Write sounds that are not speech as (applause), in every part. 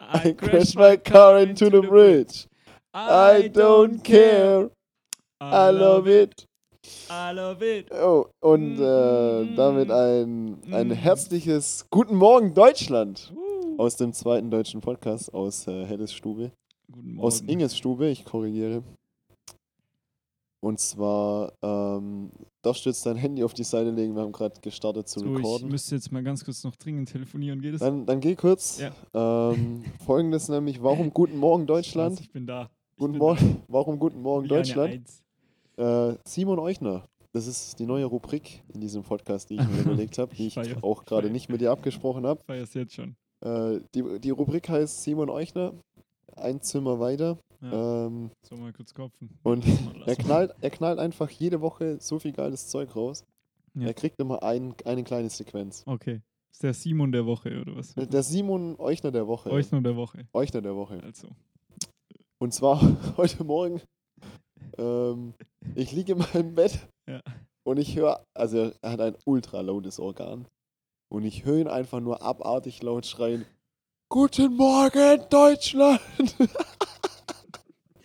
I crashed my car into the bridge. I don't care. I love it. I love it. Oh, und äh, damit ein, ein herzliches Guten Morgen Deutschland Woo. aus dem zweiten deutschen Podcast aus äh, Helles Stube. Guten Morgen. Aus Inges Stube, ich korrigiere. Und zwar, ähm, darfst du jetzt dein Handy auf die Seite legen, wir haben gerade gestartet zu So, ich recorden. müsste jetzt mal ganz kurz noch dringend telefonieren. Geht es? Dann, dann geh kurz. Ja. Ähm, Folgendes nämlich, warum Guten (laughs) Morgen Scheiße, Deutschland? Ich bin da. Ich Guten bin Morgen, warum Guten da. Morgen Wie eine Deutschland? Eins. Äh, Simon Euchner. Das ist die neue Rubrik in diesem Podcast, die ich mir (laughs) überlegt habe, die Ich feier- ich auch gerade nicht mit dir abgesprochen habe. Feierst jetzt schon. Äh, die, die Rubrik heißt Simon Euchner, ein Zimmer weiter. Ja. Ähm, So, mal kurz kopfen. und (laughs) Lass mal, lass er mal. knallt, er knallt einfach jede Woche so viel geiles Zeug raus. Ja. Er kriegt immer ein, eine kleine Sequenz. Okay. Ist der Simon der Woche oder was? Der Simon Euchner der Woche. Euch nur der Woche. Euchner der Woche. Also. Und zwar (laughs) heute Morgen, ähm, ich liege in meinem Bett Ja. und ich höre, also er hat ein ultra lautes Organ und ich höre ihn einfach nur abartig laut schreien, Guten Morgen Deutschland!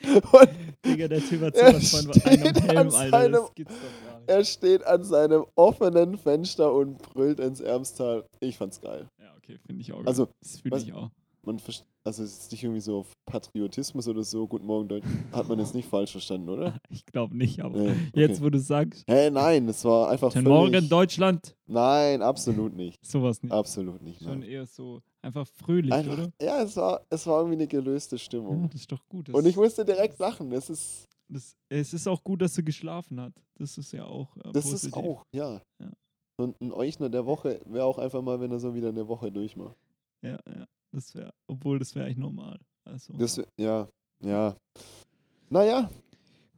und Digga, der Typ hat Er sowas von einem steht an Helm, Alter. Das seinem- gibt's doch gar nicht. er steht an seinem offenen Fenster und brüllt ins Ermstal. Ich fand's geil. Ja, okay, finde ich auch. geil. Also, das fühle was- ich auch. Man verst- also es ist nicht irgendwie so auf Patriotismus oder so, Guten Morgen Deutschland, hat man jetzt nicht falsch verstanden, (laughs) oder? Ich glaube nicht, aber Nee, okay. jetzt, wo du sagst, Hä, nein, das war einfach guten völlig... Morgen Deutschland, Nein, absolut nicht. sowas nicht. Absolut nicht. Schon Nein. eher so einfach fröhlich, Einfach, oder? ja, es war, es war irgendwie eine gelöste Ja, (laughs) Stimmung. das ist doch gut. Das, Und ich musste direkt lachen. Das ist, das, es ist auch gut, dass du geschlafen hast. Das ist ja auch äh, das positiv. ist auch, ja. Ja. Und ein Euchner der Woche wäre auch einfach mal, wenn er so wieder eine Woche durchmacht. Ja, ja. Das wäre, obwohl das wäre eigentlich normal. Also, Das, wär- ja, ja. Naja,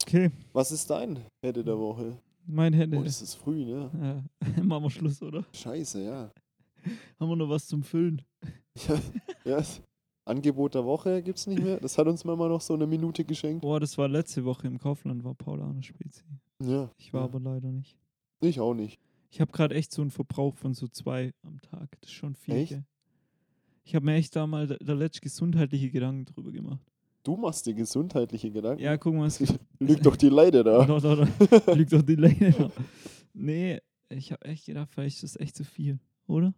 okay, was ist dein Hätte der Woche? mein Hände. Oh, das ist früh, ne? ja, (laughs) machen wir Schluss, oder? (laughs) Scheiße, ja. Haben wir noch was zum Füllen? ja das Angebot der Woche gibt's nicht mehr. Das hat uns Mama noch so eine Minute geschenkt. Boah, das war letzte Woche im Kaufland, war Paula eine Spezi. Ja. Ich war ja. aber leider nicht. Ich auch nicht. Ich habe gerade echt so einen Verbrauch von so zwei am Tag. Das ist schon viel. Echt? Gell? Ich habe mir echt da mal da, da letzt gesundheitliche Gedanken drüber gemacht. Du machst dir gesundheitliche Gedanken. Ja, guck mal, es Lügt doch die Leute da. (laughs) doch, doch, (laughs) doch, liegt doch die Lane da. Nee, ich habe echt gedacht, vielleicht ist das echt zu viel, oder?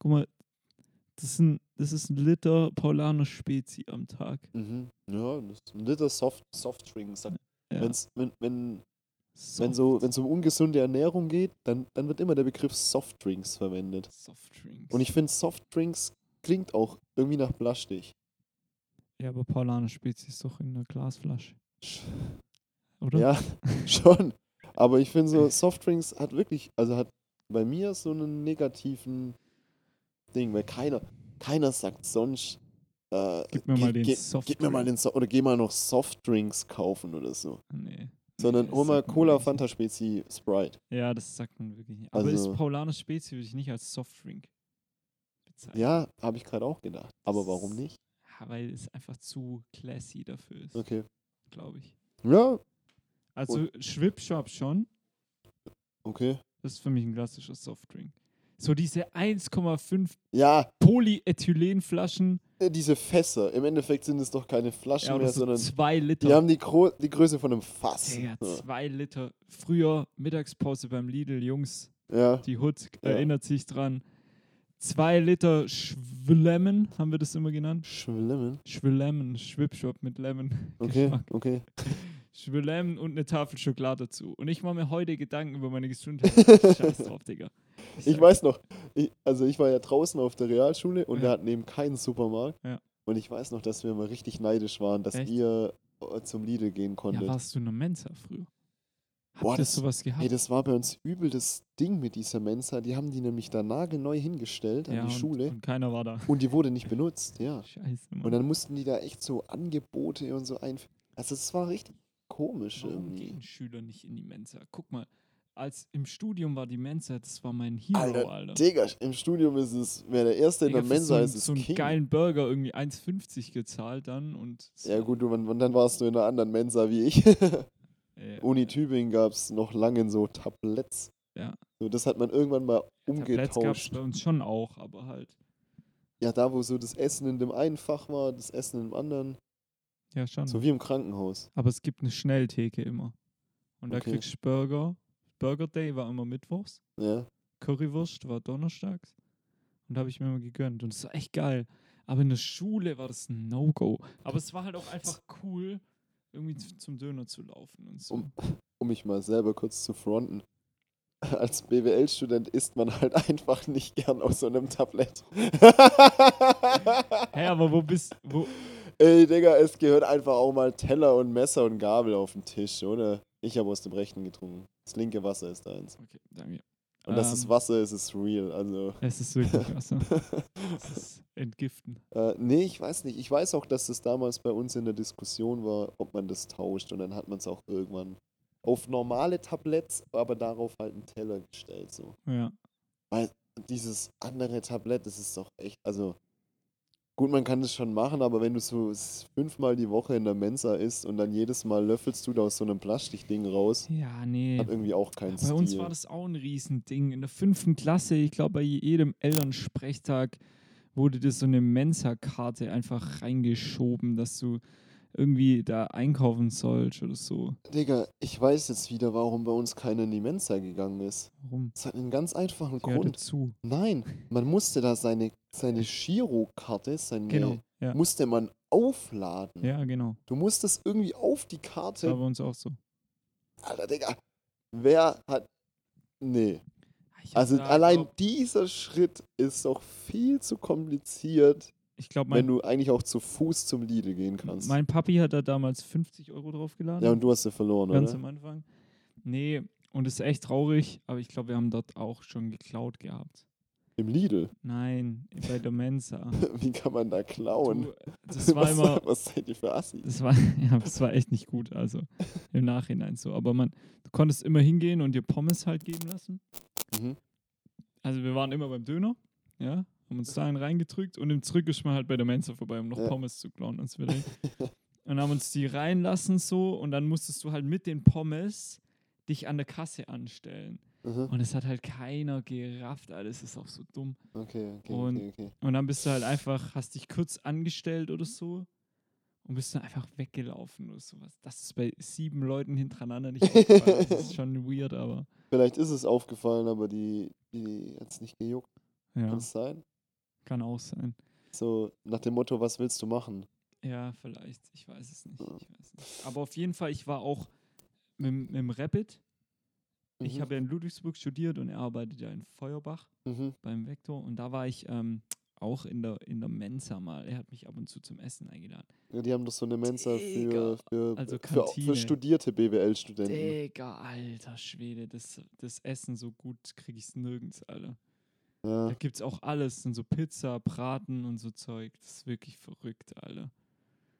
Guck mal, das sind, das ist ein Liter Paulaner Spezi am Tag. Mhm. Ja, das ist ein Liter Soft, Softdrink. Sagt. Ja, Wenn's, wenn wenn Soft, wenn so wenn es um ungesunde Ernährung geht, dann, dann wird immer der Begriff Softdrinks verwendet. Softdrinks. Und ich finde Softdrinks klingt auch irgendwie nach Plastik. ja, aber Paulaner Spezi ist doch in einer Glasflasche, Sch- oder? (laughs) Ja, schon. Aber ich finde so Softdrinks hat wirklich, also hat bei mir so einen negativen Ding, weil keiner keiner sagt sonst äh, Gib mir mal den ge, Softdrink. gib mir mal den so oder geh mal noch Softdrinks kaufen oder so. Nee. Sondern Nee, hol mal sagt man Cola, wirklich nicht. Fanta, Spezi, Sprite. Ja, das sagt man wirklich nicht. Aber Also- ist Paulaner Spezi würde ich nicht als Softdrink bezeichnen. Ja, habe ich gerade auch gedacht. Aber warum nicht? Ja, Weil es einfach zu classy dafür ist, Okay. glaube ich. Ja, Also Schwipschwap schon, okay. das ist für mich ein klassischer Softdrink. So diese 1,5 Ja, Polyethylenflaschen, äh, diese Fässer. Im Endeffekt sind es doch keine Flaschen ja, oder mehr, so sondern (laughs) 2 die Liter. haben die, Gro die Größe von einem Fass. Digga, Ja, 2 Liter. Früher Mittagspause beim Lidl, Jungs, ja. die Hut Ja. erinnert sich dran. 2 Liter Schwlemmen, haben wir das immer genannt? Schwimmen. Schwlemmen, Schwipschwap mit Lemon. Okay, Geschmack. okay. Schwilem und eine Tafel Schokolade dazu. Und ich mache mir heute Gedanken über meine Gesundheit. (laughs) Scheiß drauf, Digga. Ich sag- weiß noch, ich, also ich war ja draußen auf der Realschule und Ja. wir hatten eben keinen Supermarkt. Ja. Und ich weiß noch, dass wir mal richtig neidisch waren, dass Echt? ihr äh, zum Lidl gehen Ja, konntet. warst du eine Mensa früher? Habt Boah, ihr das- sowas gehabt? Ey, das war bei uns übel das Ding mit dieser Mensa. Die haben die nämlich da nagelneu hingestellt an ja, die Schule Und, und keiner war da. (laughs) und die wurde nicht benutzt, ja. Scheiße, Mann. Und dann mussten die da echt so Angebote und so einführen. Also es war richtig komisch Warum irgendwie. gehen Schüler nicht in die Mensa? Guck mal, als im Studium war die Mensa, das war mein Hero, Alter. Alter, Digga, im Studium ist es, wer der Erste Digga, in für der Mensa so, ist, ist so einen King. geilen Burger irgendwie 1,50 gezahlt dann und ja gut, du, und dann warst du in einer anderen Mensa wie ich. äh, (laughs) Uni Tübingen gab es noch lange so Tabletts. Ja. So, das hat man irgendwann mal Tabletts gab's umgetauscht. bei uns schon auch, aber halt Ja, da, wo so das Essen in dem einen Fach war, das Essen in dem anderen. Ja, schon. So wie im Krankenhaus. Aber es gibt eine Schnelltheke immer. Und da Okay. kriegst du Burger. Burger Day war immer mittwochs. Ja. Currywurst war donnerstags. Und da habe ich mir immer gegönnt. Und es war echt geil. Aber in der Schule war das ein No-Go. Aber es war halt auch einfach cool, irgendwie z- zum Döner zu laufen und so. Um- Um mich mal selber kurz zu fronten. (laughs) Als BWL-Student isst man halt (laughs) einfach nicht gern auf so einem Tablett. Hä, aber wo bist wo (laughs) Ey, Digga, es gehört einfach auch mal Teller und Messer und Gabel auf den Tisch, oder? Ich habe aus dem rechten getrunken. Das linke Wasser ist eins. Okay, danke. Und dass es Ähm, Wasser ist, ist real. Also, Es ist wirklich Wasser. es ist entgiften. äh, nee, ich weiß nicht. Ich weiß auch, dass das damals bei uns in der Diskussion war, ob man das tauscht. Und dann hat man es auch irgendwann auf normale Tabletts, aber darauf halt einen Teller gestellt. So. Ja. Und dieses andere Tablett, das ist doch echt, also. Gut, man kann das schon machen, aber wenn du so s- fünfmal die Woche in der Mensa isst und dann jedes Mal löffelst du da aus so einem Plastikding raus, Ja, nee. Hat irgendwie auch keinen Stil. Bei uns war das auch ein Riesending. In der fünften Klasse, ich glaube, bei jedem Elternsprechtag wurde dir so eine Mensa-Karte einfach reingeschoben, dass du irgendwie da einkaufen sollst oder so. Digga, ich weiß jetzt wieder, warum bei uns keiner in die Mensa gegangen ist. Warum? Das hat einen ganz einfachen Die hörte Grund. zu. Nein, man musste da seine, seine Girokarte, seine, Genau. Ja. musste man aufladen. ja, genau. Du musstest irgendwie auf die Das war Karte. bei uns auch so. Alter, Digga, wer hat. Nee. Ich hab Also da, allein glaub- dieser Schritt ist doch viel zu kompliziert, Ich glaube, wenn mein, du eigentlich auch zu Fuß zum Lidl gehen kannst. mein Papi hat da damals 50 Euro draufgeladen. ja, und du hast ja verloren, Ganz oder? am Anfang. Nee, und ist echt traurig, aber ich glaube, wir haben dort auch schon geklaut gehabt. Im Lidl. (laughs) Nein, bei der Mensa. Wie kann man da klauen? Du, das war (laughs) was, immer, was seid ihr für Assis? das war, (laughs) ja, das war echt nicht gut, also im Nachhinein so. Aber man, du konntest immer hingehen und dir Pommes halt geben lassen. Mhm. Also wir waren immer beim Döner, ja, haben uns da einen reingedrückt und im Zurück ist man halt bei der Mensa vorbei, um noch Ja. Pommes zu klauen. (laughs) Und, so wieder. und haben uns die reinlassen so und dann musstest du halt mit den Pommes dich an der Kasse anstellen. Mhm. Und es hat halt keiner gerafft, alles ist auch so dumm. Okay, okay, Und- okay, okay. Und dann bist du halt einfach, hast dich kurz angestellt oder so und bist dann einfach weggelaufen oder sowas. Das ist bei sieben Leuten hintereinander nicht aufgefallen. ist. das ist schon weird, aber Vielleicht ist es aufgefallen, aber die, die hat es nicht gejuckt. Kann ja, es sein? kann auch sein. So nach dem Motto, was willst du machen? Ja, vielleicht. Ich weiß es nicht. Ich Ja. weiß es nicht. Aber auf jeden Fall, ich war auch mit, mit dem Rapid. Ich Mhm, habe ja in Ludwigsburg studiert und er arbeitet ja in Feuerbach mhm. beim Vektor. Und da war ich ähm, auch in der, in der Mensa mal. Er hat mich ab und zu zum Essen eingeladen. Ja, die haben doch so eine Mensa Digga, für, für, also für, Kantine. für studierte BWL-Studenten. Digga, alter Schwede, das, das Essen so gut krieg ich's nirgends, Alter. Ja. Da gibt's auch alles, und so Pizza, Braten und so Zeug. Das ist wirklich verrückt, Alter.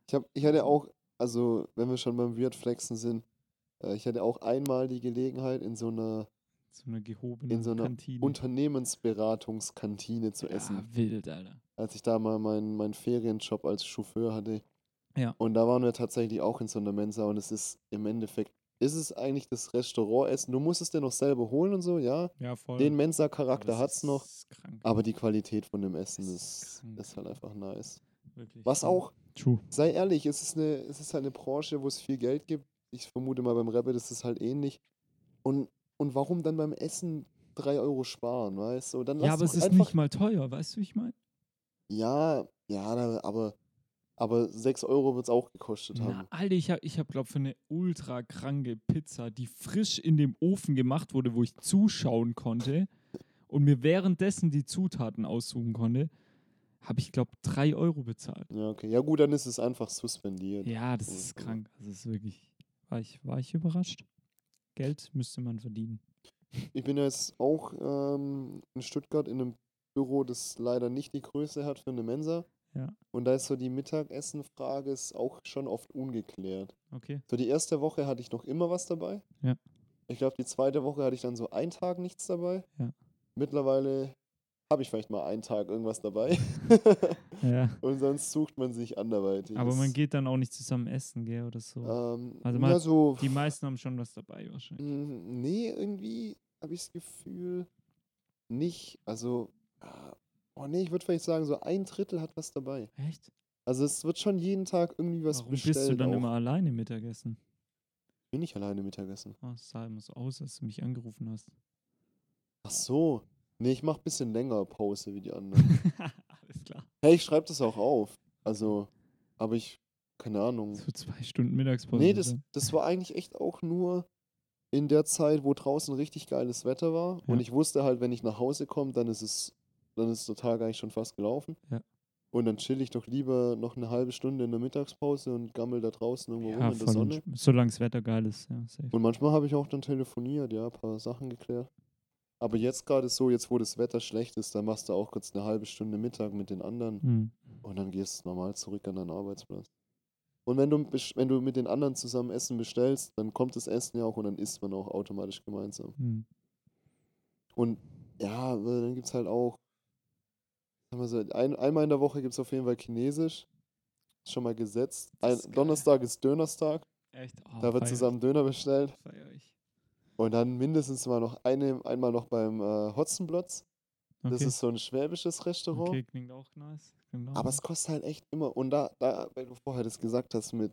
Ich, hab, ich hatte auch, also wenn wir schon beim Weird Flexen sind, äh, ich hatte auch einmal die Gelegenheit, in so einer So eine gehobene In so einer Kantine. Unternehmensberatungskantine zu Mhm. ja, essen. wild, Alter. als ich da mal meinen mein Ferienjob als Chauffeur hatte. Ja. Und da waren wir tatsächlich auch in so einer Mensa und es ist im Endeffekt, ist es eigentlich das Restaurantessen. Du musst es dir noch selber holen und so, ja. Ja, voll. Den Aber Mensa-Charakter das hat's noch, ist Krank, aber die Qualität von dem Essen Das ist ist, krank. ist halt einfach nice. wirklich. Was auch, True. sei ehrlich, es ist, eine, es ist halt eine Branche, wo es viel Geld gibt. Ich vermute mal, beim Rabbit ist es halt ähnlich. Und, und warum dann beim Essen 3 Euro sparen, weißt du? Dann lass Ja, aber doch es ist einfach nicht mal teuer, weißt du, wie ich meine? Ja, ja, da- aber, aber 6 Euro wird es auch gekostet Na, haben. Alter, ich habe, ich hab, glaube für eine ultra kranke Pizza, die frisch in dem Ofen gemacht wurde, wo ich zuschauen konnte und mir währenddessen die Zutaten aussuchen konnte, habe ich, glaube drei Euro bezahlt. Ja, okay. Ja, gut, dann ist es einfach suspendiert. Ja, das Oder ist so. krank. Das ist wirklich. War ich, war ich überrascht? Geld müsste man verdienen. Ich bin ja jetzt auch ähm, in Stuttgart in einem Büro, das leider nicht die Größe hat für eine Mensa. Ja. Und da ist so die Mittagessenfrage ist auch schon oft ungeklärt. Okay. So die erste Woche hatte ich noch immer was dabei. Ja. Ich glaube, die zweite Woche hatte ich dann so einen Tag nichts dabei. Ja. Mittlerweile habe ich vielleicht mal einen Tag (laughs) irgendwas dabei. Ja. Und sonst sucht man sich anderweitig. Aber Das- man geht dann auch nicht zusammen essen, gell, oder so. Ähm, Also also man ja, hat so, Die meisten haben schon was dabei wahrscheinlich. Mm, nee, irgendwie habe ich das Gefühl, nicht. Also, ah, Oh nee, ich würde vielleicht sagen, so ein Drittel hat was dabei. Echt? Also es wird schon jeden Tag irgendwie was Warum bestellt. bist du dann auch. immer alleine Mittagessen? Ich bin nicht alleine Mittagessen. Oh, es sah immer so aus, als du mich angerufen hast. Ach so. Nee, ich mach bisschen länger Pause wie die anderen. (laughs) Alles klar. hey, ich schreibe das auch auf. Also, aber ich, keine Ahnung. So zwei Stunden Mittagspause. Nee, das, dann. das war eigentlich echt auch nur in der Zeit, wo draußen richtig geiles Wetter war. Und Ja. ich wusste halt, wenn ich nach Hause komme, dann ist es, dann ist der Tag eigentlich schon fast gelaufen. Ja. Und dann chill ich doch lieber noch eine halbe Stunde in der Mittagspause und gammel da draußen irgendwo ja, rum in der Sonne. von, solange das Wetter geil ist. Ja, safe. Und manchmal habe ich auch dann telefoniert, ja, ein paar Sachen geklärt. Aber jetzt gerade so, jetzt wo das Wetter schlecht ist, dann machst du auch kurz eine halbe Stunde Mittag mit den anderen Hm. und dann gehst du normal zurück an deinen Arbeitsplatz. Und wenn du, besch- wenn du mit den anderen zusammen Essen bestellst, dann kommt das Essen ja auch und dann isst man auch automatisch gemeinsam. Hm. Und ja, äh, dann gibt es halt auch, sag mal so, ein, einmal in der Woche gibt es auf jeden Fall Chinesisch. Ist Schon mal gesetzt. Das Ein, ist geil. Donnerstag ist Dönerstag. Echt? Oh, da wird feier zusammen Döner bestellt. Ich, feier ich. Und dann mindestens mal noch eine, einmal noch beim äh, Hotzenplotz. Okay. Das ist so ein schwäbisches Restaurant. okay, klingt auch nice. Klingt auch Aber nice. es kostet halt echt immer. Und da, da, weil du vorher das gesagt hast mit,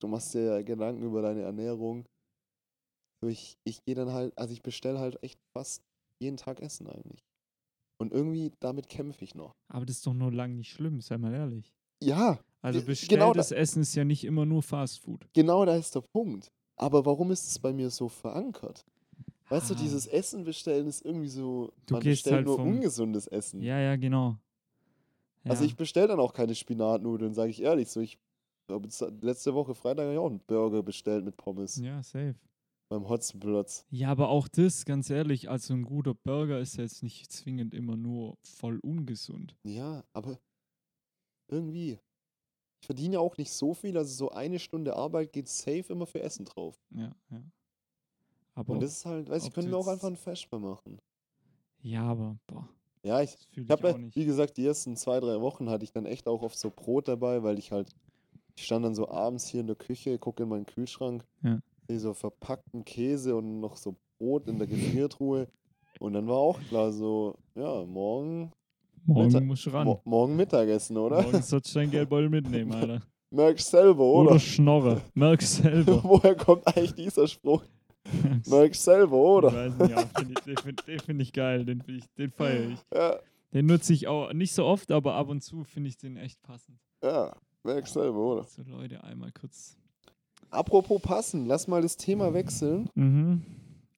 du machst dir ja Gedanken über deine Ernährung. So ich, ich gehe dann halt, also ich bestelle halt echt fast jeden Tag Essen eigentlich. Und irgendwie damit kämpfe ich noch. Aber das ist doch nur lang nicht schlimm, sei mal ehrlich. Ja, Also Äh, genau bestelltes Essen ist ja nicht immer nur Fast Food. genau da ist der Punkt. Aber warum ist es bei mir so verankert? Weißt Ah. du, dieses Essen bestellen ist irgendwie so, Du man gehst bestellt halt nur vom- ungesundes Essen. Ja, ja, genau. Hm. Also Ja. ich bestelle dann auch keine Spinatnudeln, sage ich ehrlich. So, ich hab jetzt letzte Woche Freitag hab ich auch einen Burger bestellt mit Pommes Ja, safe. beim Hotzenplotz. Ja, aber auch das, ganz ehrlich, also ein guter Burger ist ja jetzt nicht zwingend immer nur voll ungesund. Ja, aber irgendwie. Ich verdiene ja auch nicht so viel, also so eine Stunde Arbeit geht safe immer für Essen drauf. Ja, ja. Aber Und auch- das ist halt, weiß ich, ob können du wir auch jetzt- einfach einen Feschbar machen. ja, aber boah, Ja, ich, das fühle ich ich habe auch ja, wie nicht. gesagt, die ersten zwei, drei Wochen hatte ich dann echt auch oft so Brot dabei, weil ich halt, ich stand dann so abends hier in der Küche, gucke in meinen Kühlschrank, Ja. sehe so verpackten Käse und noch so Brot in der Gefriertruhe. Und dann war auch klar so, ja, morgen, Mittag- Morgen musst du ran. mo morgen Mittagessen, oder? Morgen sollst du dein Geldbeutel mitnehmen, Alter. (laughs) Merkst selber, Oder, (laughs) oder? Schnorre. Merk's selber. (laughs) Woher kommt eigentlich dieser Spruch? Merkst selber, Ich oder? weiß nicht, aber find ich, den finde den find ich geil, den, find ich, den feiere ich. Ja, Den nutze ich auch nicht so oft, aber ab und zu finde ich den echt passend. ja, merkst selber, oder? So Leute, einmal kurz. Apropos passen, lass mal das Thema wechseln. Mhm.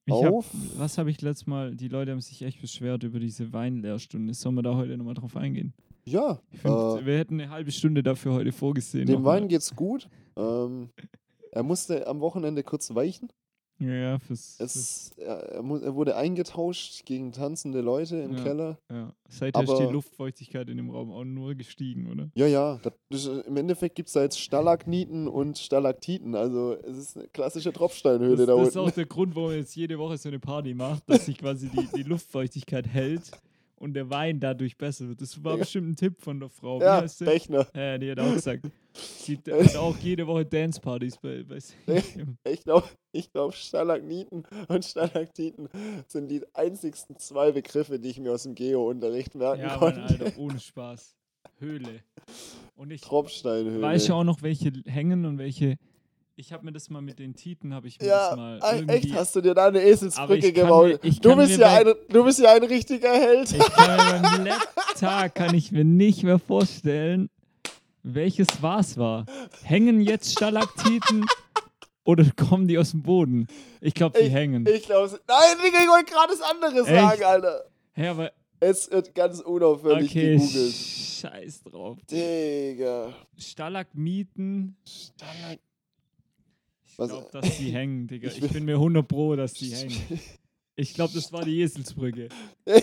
Ich hab, Auf. was habe ich letztes Mal? Die Leute haben sich echt beschwert über diese Weinlehrstunde. Sollen wir da heute nochmal drauf eingehen? Ja, Ich find, Äh. wir hätten eine halbe Stunde dafür heute vorgesehen. Dem nochmal. Wein geht's gut. Ähm, (laughs) er musste am Wochenende kurz weichen. Ja, ja, fürs. fürs Es, er, er mu- er wurde eingetauscht gegen tanzende Leute im Ja. Keller. ja. Seither ist die aber- Luftfeuchtigkeit in dem Raum auch nur gestiegen, oder? Ja, ja. Das ist, im Endeffekt gibt es da jetzt Stalagniten und Stalaktiten. Also es ist eine klassische Das, Tropfsteinhöhle da das ist unten. auch der Grund, warum man jetzt jede Woche so eine Party macht, dass sich quasi die, die Luftfeuchtigkeit hält und der Wein dadurch besser wird. Das war Ja. bestimmt ein Tipp von der Frau. Wie ja, heißt sie? Rechner. Ja, die hat auch gesagt. Sie d- hat auch jede Woche Dancepartys bei, bei sich. Ich glaube, ich glaub, Stalagniten und Stalaktiten sind die einzigsten zwei Begriffe, die ich mir aus dem Geo-Unterricht merken Ja, Mann, konnte. Alter, ohne Spaß. Höhle. Und ich Tropfsteinhöhle. weiß ja auch noch, welche hängen und welche. Ich habe mir das mal mit den Titen, habe ich mir das Ja, mal e- irgendwie. echt, hast du dir da eine Eselsbrücke ich kann gebaut? mir- ich Du kann bist, mir ja ein, bei- du bist ja ein richtiger Held. Ich kann mir beim letzten Tag kann ich mir nicht mehr vorstellen, welches was war. Hängen jetzt Stalaktiten oder kommen die aus dem Boden? Ich glaube, die hängen. Ich glaube, nein, Digga, ich wollte gerade das andere sagen, Echt? Alter. Hä, aber Es wird ganz unaufhörlich okay, gegoogelt. scheiß drauf. Digga. Stalagmieten. Stalag Ich Was- glaube, dass die (laughs) hängen, Digga. Ich Ich, will- bin mir 100 Pro, dass die hängen. (laughs) Ich glaube, das war die Eselsbrücke. Äh,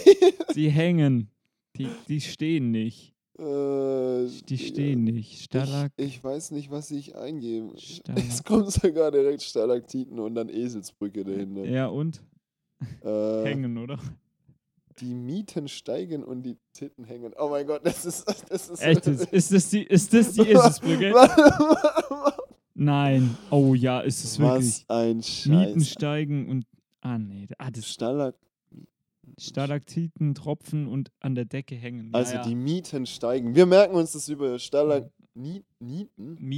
Die hängen. Die, die stehen nicht. äh, Die stehen nicht. Stalag. Ich, ich weiß nicht, was ich eingebe. Stalag- Es kommt sogar direkt Stalaktiten und dann Eselsbrücke dahinter. Ja, und? Äh, Hängen, oder? Die Mieten steigen und die Titten hängen. Oh mein Gott, das ist. (laughs) Das ist Echt, ist, ist, das die, ist das die (laughs) Eselsbrücke? Nein. Oh ja, ist es Was wirklich. ein Scheiß. Mieten steigen und. Ah, nee. Ah, das, Stalag Stalaktiten tropfen und an der Decke hängen. Also ja, die Mieten steigen. Wir merken uns das über Stalagniten.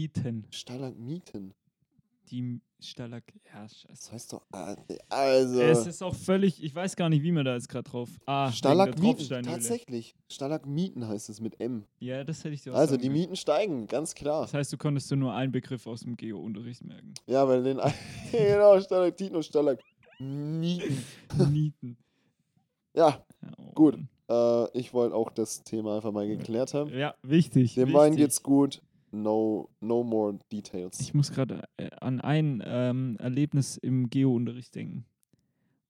Mieten. Stalagmiten. Die Stalak. Ja, Das scheiße. heißt doch. ah, Es Also. ist auch völlig. Ich weiß gar nicht, wie man da jetzt gerade drauf. Ah, wegen der Stalagmiten, Tropfsteinhöhle. tatsächlich. Stalagmiten heißt es mit M. Ja, das hätte ich dir auch Also sagen die können. Mieten steigen, ganz klar. Das heißt, du konntest dir nur einen Begriff aus dem Geo-Unterricht (laughs) merken. Ja, weil den. genau, Stalaktiten und Stalagmiten. Nieten. Ja, Ja, oh Gut. Mann. äh, ich wollte auch das Thema einfach mal geklärt haben. Ja, wichtig. Dem wichtig. Wein geht's gut. No, no more details. Ich muss gerade äh, an ein ähm, Erlebnis im Geo-Unterricht denken.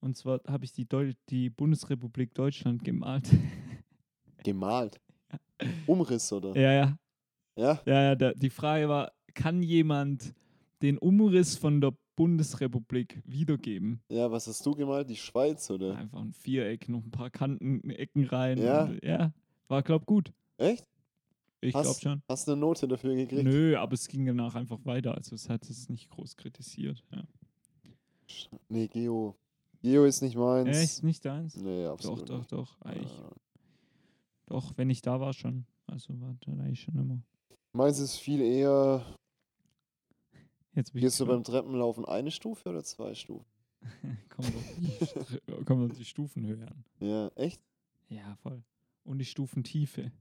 Und zwar habe ich die, Deu die Bundesrepublik Deutschland gemalt. (laughs) Gemalt. (laughs) Umriss, oder? ja, ja, Ja? ja, ja. Da, die Frage war, kann jemand den Umriss von der Bundesrepublik wiedergeben? Ja, was hast du gemalt? Die Schweiz, oder? Einfach ein Viereck, noch ein paar Kanten, Ecken rein. Ja. Und, ja, war, glaub, gut. Echt? Ich Hast- glaube schon. Hast du eine Note dafür gekriegt? Nö, aber es ging danach einfach weiter. Also es hat es nicht groß kritisiert. Ja. Nee, Geo. Geo ist nicht meins. Echt nicht deins? Nee, Doch, absolut. doch, nicht. doch. Ah, Ich, Ah. doch, wenn ich da war schon. Also war da eigentlich schon immer. Meins ist viel eher. Jetzt bin ich Gehst du beim gespannt. Treppenlaufen eine Stufe oder zwei Stufen? (laughs) kommt, auf die, (laughs) Stre- kommt auf die Stufenhöhe an. Ja, echt? Ja, voll. Und die Stufentiefe.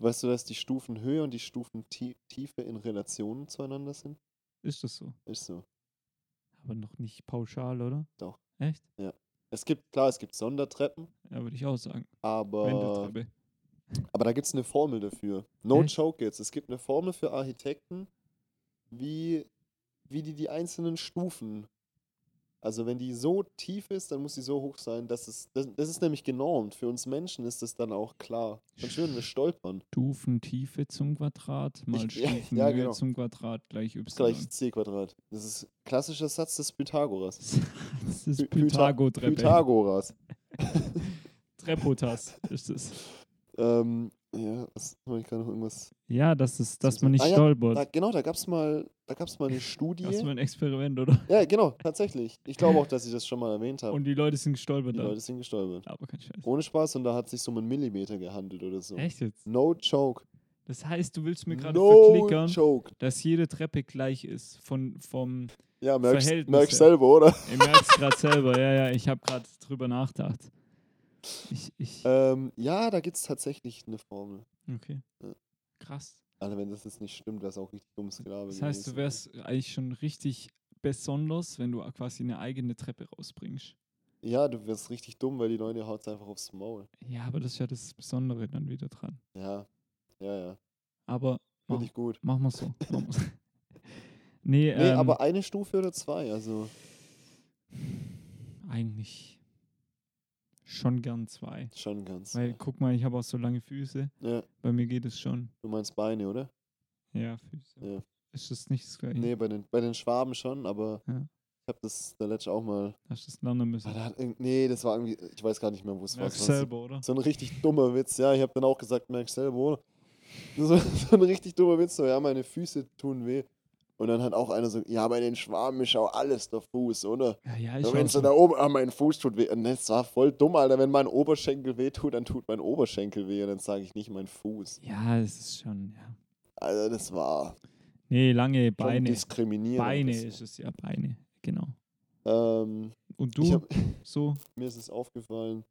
Weißt du, dass die Stufenhöhe und die Stufentiefe in Relation zueinander sind? Ist das so? Ist so. Aber noch nicht pauschal, oder? Doch. Echt? Es gibt, klar, es gibt Sondertreppen, Ja, würde ich auch sagen. aber, Wendeltreppe. aber da gibt es eine Formel dafür. No Echt? joke jetzt. Es gibt eine Formel für Architekten, wie, wie die die einzelnen Stufen. Also wenn die so tief ist, dann muss sie so hoch sein, dass es, das, das ist nämlich genormt. Für uns Menschen ist das dann auch klar. Sonst würden (laughs) wir stolpern. Stufentiefe zum Quadrat mal Ich- (laughs) ja, ja, Stufenhöhe genau. zum Quadrat gleich Y. Das ist gleich c Quadrat. Das ist klassischer Satz des Pythagoras. das ist Py- Pytha- Pythago-Treppe. Pythagoras. Trepotas ist es. Ähm, ja, was, ich kann noch irgendwas. Ja, das ist, Das dass ist- man nicht ah ja, stolpert. Da, genau, da gab es mal, da (laughs) gab's mal eine Studie. Das war ein Experiment, oder? Ja, genau, tatsächlich. (laughs) Ich glaube auch, dass ich das schon mal erwähnt habe. Und die Leute sind gestolpert Die dann. Leute sind gestolpert. Aber kein Scheiß. Ohne Spaß und da hat sich so um einen Millimeter gehandelt oder so. Echt jetzt? No joke. Das heißt, du willst mir gerade No verklickern, joke. dass jede Treppe gleich ist. Von, vom, Ja, merkst, Verhältnisse. merkst selber, oder? ich merk's gerade selber. Ja, ja, ich habe gerade drüber nachgedacht. Ich, ich, Ähm, ja, da gibt es tatsächlich eine Formel. okay. ja. Krass. Also wenn das jetzt nicht stimmt, wäre es auch richtig dumm Sklave. Das heißt, du gewesen. wärst eigentlich schon richtig besonders, wenn du quasi eine eigene Treppe rausbringst. Ja, du wärst richtig dumm, weil die Leute haut einfach aufs Maul. Ja, aber das ist ja das Besondere dann wieder dran. Ja, ja, ja. Aber Finde ich gut. machen wir so. Machen wir's. (laughs) nee, Nee, ähm, aber eine Stufe oder zwei, also. Eigentlich schon gern zwei. Schon ganz. Weil, guck mal, ich habe auch so lange Füße. Ja, Bei mir geht es schon. du meinst Beine, oder? Ja, Füße. Ja. Ist das nicht das Gleiche? Nee, bei den, bei den Schwaben schon, aber Mhm. Ja. ich habe das der letzte auch mal. Hast du das lernen müssen? Ah, da hat irgend, nee, das war irgendwie, ich weiß gar nicht mehr, wo es war. Merkst Es war so, selber, oder? so ein richtig dummer Witz, ja. Ich habe dann auch gesagt, merkst selber, oder? (laughs) So, so ein richtig dummer Witz, so, ja, meine Füße tun weh. Und dann hat auch einer so, ja, bei den Schwaben ist auch alles der Fuß, oder? Ja, ja, ich Ja, auch wenn du schon. da oben, ah, mein Fuß tut weh. Und das war voll dumm, Alter. Wenn mein Oberschenkel weh tut, dann tut mein Oberschenkel weh. Und dann sage ich nicht mein Fuß. Ja, es ist schon, ja. Also, das war Nee, lange schon Beine. diskriminierend. Beine ist es ja, Beine. Genau. Ähm, Und Ich du, hab, (laughs) so, (laughs) mir ist es aufgefallen,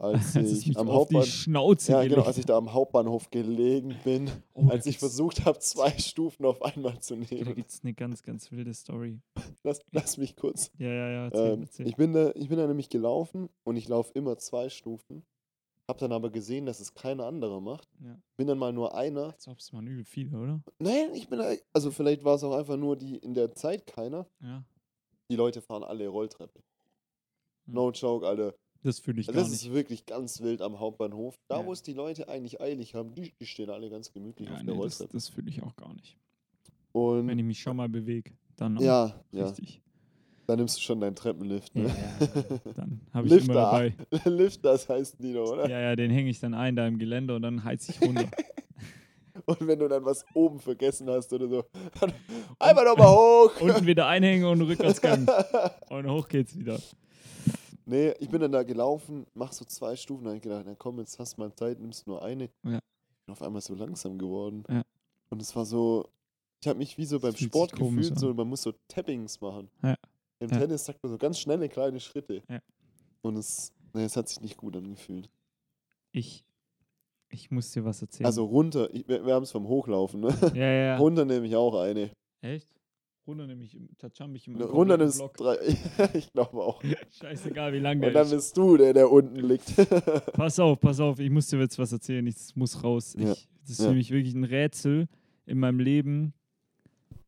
als als es ich mich am auf die Hauptbahnhof. Schnauze Ja, gelegt genau, als hat. ich da am Hauptbahnhof gelegen bin, oh, als ich versuche versucht habe, zwei Stufen auf einmal zu Da nehmen. gibt es eine ganz, ganz wilde Story. Lass, lass mich kurz. Ja, ja, ja, erzähl, Ähm, erzähl. ich, bin da, ich bin da nämlich gelaufen und ich laufe immer zwei Stufen. Hab dann aber gesehen, dass es keine andere macht. Ja. Bin dann mal nur einer. Als ob es mal übel viele, oder? Nein, ich bin. da- Also, vielleicht war es auch einfach nur die in der Zeit keiner. Ja. Die Leute fahren alle Rolltreppe. Hm. No joke, alle. Das fühle ich Also gar das nicht. ist wirklich ganz wild am Hauptbahnhof. Da, Ja. wo es die Leute eigentlich eilig haben, die, die stehen alle ganz gemütlich Ja, auf der nee, das Rolltreppe. das fühle ich auch gar nicht. Wenn Und ich mich schon mal bewege, dann auch ja, ja, richtig. da nimmst du schon deinen Treppenlift. (laughs) Ne? Dann habe ich immer Lifter. dabei. Lift, das heißt die da, oder? Ja, ja, den hänge ich dann ein da im Gelände und dann heiz ich (laughs) runter. Und wenn du dann was oben vergessen hast oder so, (laughs) dann einfach nochmal hoch. (laughs) Unten wieder einhängen und Rückwärtsgang. Und hoch geht's wieder. Nee, ich bin dann da gelaufen, mach so zwei Stufen. Dann hab ich gedacht, na komm, jetzt hast du mal Zeit, nimmst nur eine. Ja. Bin auf einmal so langsam geworden. Ja. Und es war so, ich habe mich wie so beim fühlt sich Sport komisch gefühlt, so, an. man muss so Tappings machen. Ja. Im Ja. Tennis sagt man so ganz schnelle kleine Schritte. Ja. Und es, nee, es hat sich nicht gut angefühlt. Ich, ich muss dir was erzählen. Also runter, ich, wir, wir haben es vom Hochlaufen, ne? ja, ja. ja. (laughs) Runter nehme ich auch eine. Echt? Runter nämlich, im- da jump ich im Runter kompletten nimmst drei. (laughs) ich glaube (laughs) auch. Scheißegal, wie lang Und der dann ist. bist du der, der unten liegt. (laughs) Pass auf, pass auf, ich muss dir jetzt was erzählen, ich das muss raus. Ja. Ich, das ist Ja. nämlich wirklich ein Rätsel in meinem Leben,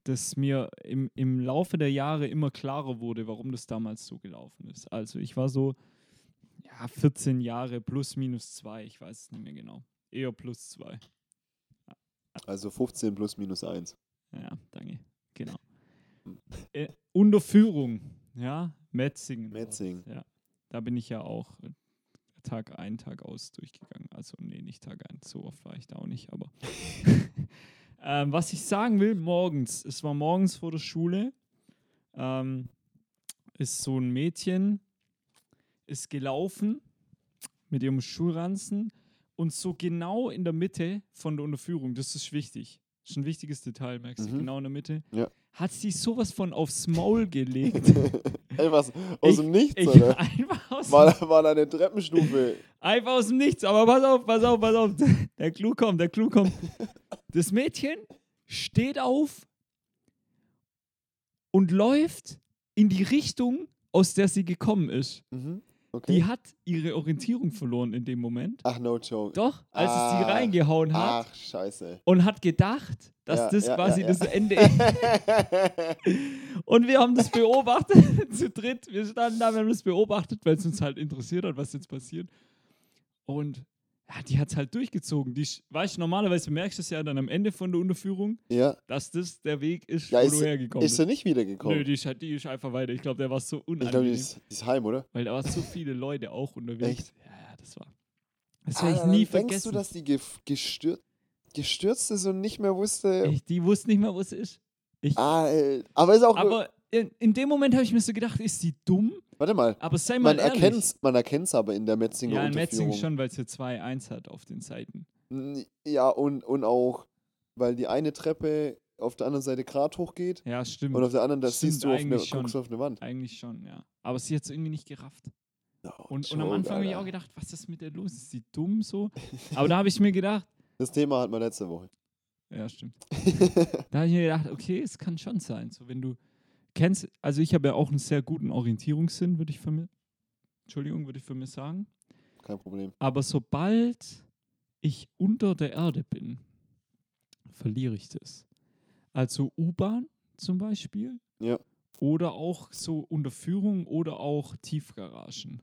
das mir im, im Laufe der Jahre immer klarer wurde, warum das damals so gelaufen ist. Also ich war so ja, 14 Jahre plus minus zwei, ich weiß es nicht mehr genau. Eher plus zwei. also 15 plus minus 1. Ja, danke. Genau. Hm. Äh, Unterführung, ja, Metzingen. war Metzingen. das, Ja. Da bin ich ja auch äh, Tag ein, Tag aus durchgegangen. Also, nee, nicht Tag ein, so oft war ich da auch nicht, (laughs) aber. ähm, was ich sagen will, morgens, es war morgens vor der Schule, ähm, ist so ein Mädchen, ist gelaufen mit ihrem Schulranzen und so genau in der Mitte von der Unterführung, das ist wichtig. Das ist ein wichtiges Detail, merkst du, Mhm. genau in der Mitte, Ja. hat sie sowas von aufs Maul (laughs) gelegt. Ey, was? Aus Ich- dem Nichts, Ich, oder? einfach, aus, War, da- war da eine Treppenstufe? einfach aus dem Nichts, aber pass auf, pass auf, pass auf. (laughs) Der Clou kommt, der Clou kommt. Das Mädchen steht auf und läuft in die Richtung, aus der sie gekommen ist. Mhm. Okay. Die hat ihre Orientierung verloren in dem Moment. Ach, no joke. Doch, als es sie Ah. reingehauen hat (laughs) Ach, scheiße. und hat gedacht, dass Ja, das ja, quasi ja, ja. das Ende (laughs) ist. Und wir haben das beobachtet, (laughs) zu dritt. Wir standen da, wir haben das beobachtet, weil es uns halt interessiert hat, was jetzt passiert. Und ja, die hat es halt durchgezogen. Die, sch- weißt du, normalerweise merkst du es ja dann am Ende von der Unterführung, ja, dass das der Weg ist, Ja, wo ist- du hergekommen ist er bist. nicht wiedergekommen? Nö, die ist, halt- die ist einfach weiter. Ich glaube, der war so ich glaube, die, unangenehm, ist- die ist heim, oder? weil da waren so viele Leute auch unterwegs. Ja, ja, das war. Das Ah, werde ich dann nie denkst vergessen. du, dass die ge gestür gestürzt ist und nicht mehr wusste? ich, die wusste nicht mehr, wo es ist. Ich, Ah, ey. aber ist auch. aber in, in dem Moment habe ich mir so gedacht, ist sie dumm? warte mal. Aber sei mal Man ehrlich. erkennt's, man erkennt's aber in der Metzinger Ja, in Unterführung. Metzing schon, weil es hier 2-1 hat auf den Seiten. N- Ja, und, und auch, weil die eine Treppe auf der anderen Seite grad hochgeht Ja, stimmt. und auf der anderen, da Stimmt, siehst du auf eine, eigentlich schon. guckst du auf eine Wand. Eigentlich schon, ja. Aber sie hat es irgendwie nicht gerafft. No Und, und am joke, Anfang habe ich Oh, Alter. auch gedacht, was ist mit der los? Ist sie dumm so? Aber da habe ich mir gedacht, Das Thema hatten wir (laughs) letzte Woche. ja, stimmt. Da habe ich mir gedacht, okay, es kann schon sein. So, wenn du kennst, also ich habe ja auch einen sehr guten Orientierungssinn, würde ich von mir, Entschuldigung, würde ich von mir sagen. Kein Problem. Aber sobald ich unter der Erde bin, verliere ich das. Also U-Bahn zum Beispiel. Ja. Oder auch so Unterführung oder auch Tiefgaragen.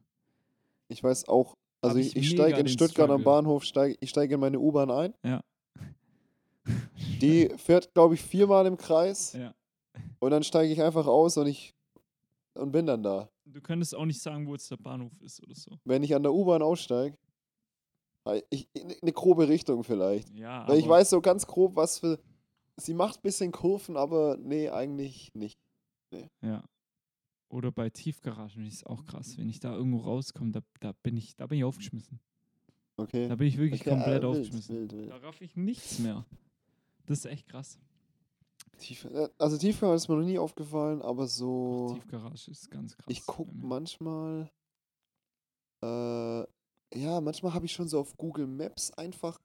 Ich weiß auch, also Hab ich ich, ich mega steige in den Stuttgart am Struggle. Bahnhof, steig, ich steige in meine U-Bahn ein. Ja. Die fährt, glaube ich, viermal im Kreis Ja. und dann steige ich einfach aus und ich und bin dann da. Du könntest auch nicht sagen, wo jetzt der Bahnhof ist oder so. Wenn ich an der U-Bahn aussteige, eine ne, grobe Richtung vielleicht. Ja. Weil ich aber- weiß so ganz grob, was für. Sie macht ein bisschen Kurven, aber nee, eigentlich nicht. Ja. Oder bei Tiefgaragen finde ich es auch krass. Wenn ich da irgendwo rauskomme, da, da bin ich, da bin ich aufgeschmissen. Okay. Da bin ich wirklich okay, komplett ah, wild, aufgeschmissen. Wild, wild. Da raff ich nichts mehr. Das ist echt krass. Tief, äh, also Tiefgang ist mir noch nie aufgefallen, aber so. Ach, Tiefgarage ist ganz krass. Oh. Ich gucke bei mir. manchmal. Äh, ja, manchmal habe ich schon so auf Google Maps einfach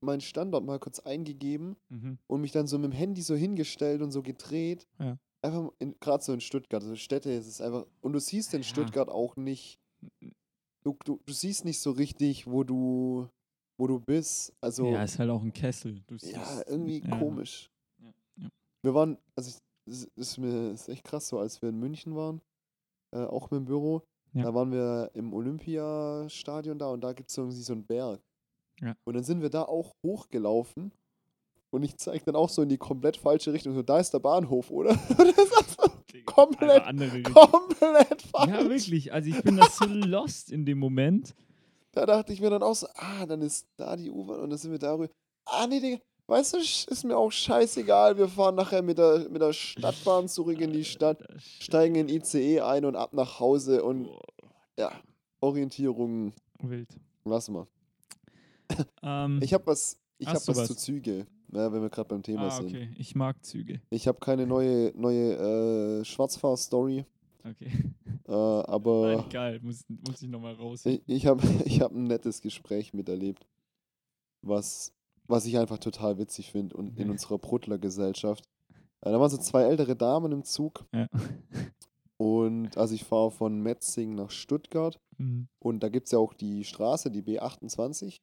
meinen Standort mal kurz eingegeben Mhm. und mich dann so mit dem Handy so hingestellt und so gedreht. Ja. Einfach gerade so in Stuttgart, so Städte, es ist einfach. Und du siehst in Ja. Stuttgart auch nicht. Du, du, du siehst nicht so richtig, wo du, wo du bist. Also Ja, ja, ist halt auch ein Kessel. Du siehst- irgendwie ja. komisch. Ja, ja. Wir waren, also ich, das ist mir das ist echt krass so, als wir in München waren, äh, auch mit dem Büro, Ja. da waren wir im Olympiastadion da und da gibt es irgendwie so einen Berg. Ja. Und dann sind wir da auch hochgelaufen und ich zeige dann auch so in die komplett falsche Richtung, so da ist der Bahnhof, oder? (laughs) Und das ist einfach komplett- Einfach andere (laughs) Richtung. komplett falsch. Ja, wirklich. Also ich bin da so lost in dem Moment. Da dachte ich mir dann auch so, ah, dann ist da die U-Bahn und dann sind wir darüber. Ah, nee, Digga, weißt du, sch- ist mir auch scheißegal, wir fahren nachher mit der, mit der Äh, E Stadtbahn zurück in die Stadt. steigen in ICE ein und ab nach Hause und Boah, Ja, Orientierung, Oh, Wild. lass mal. Ähm, Ich habe was, ich Hast hab du was, was? zu Züge, ja, wenn wir gerade beim Thema ah, sind. okay. Ich mag Züge. Ich habe keine neue, neue äh, Schwarzfahr-Story, Okay. (laughs) äh, aber Nein, geil. Muss, muss ich nochmal raus. ich, ich habe ich hab (laughs) ein nettes Gespräch miterlebt, was, was ich einfach total witzig finde und in Mhm. unserer Bruttler-Gesellschaft. Äh, da waren so zwei ältere Damen im Zug Ja. und also ich fahre von Metzing nach Stuttgart Mhm. Und da gibt es ja auch die Straße, die B28,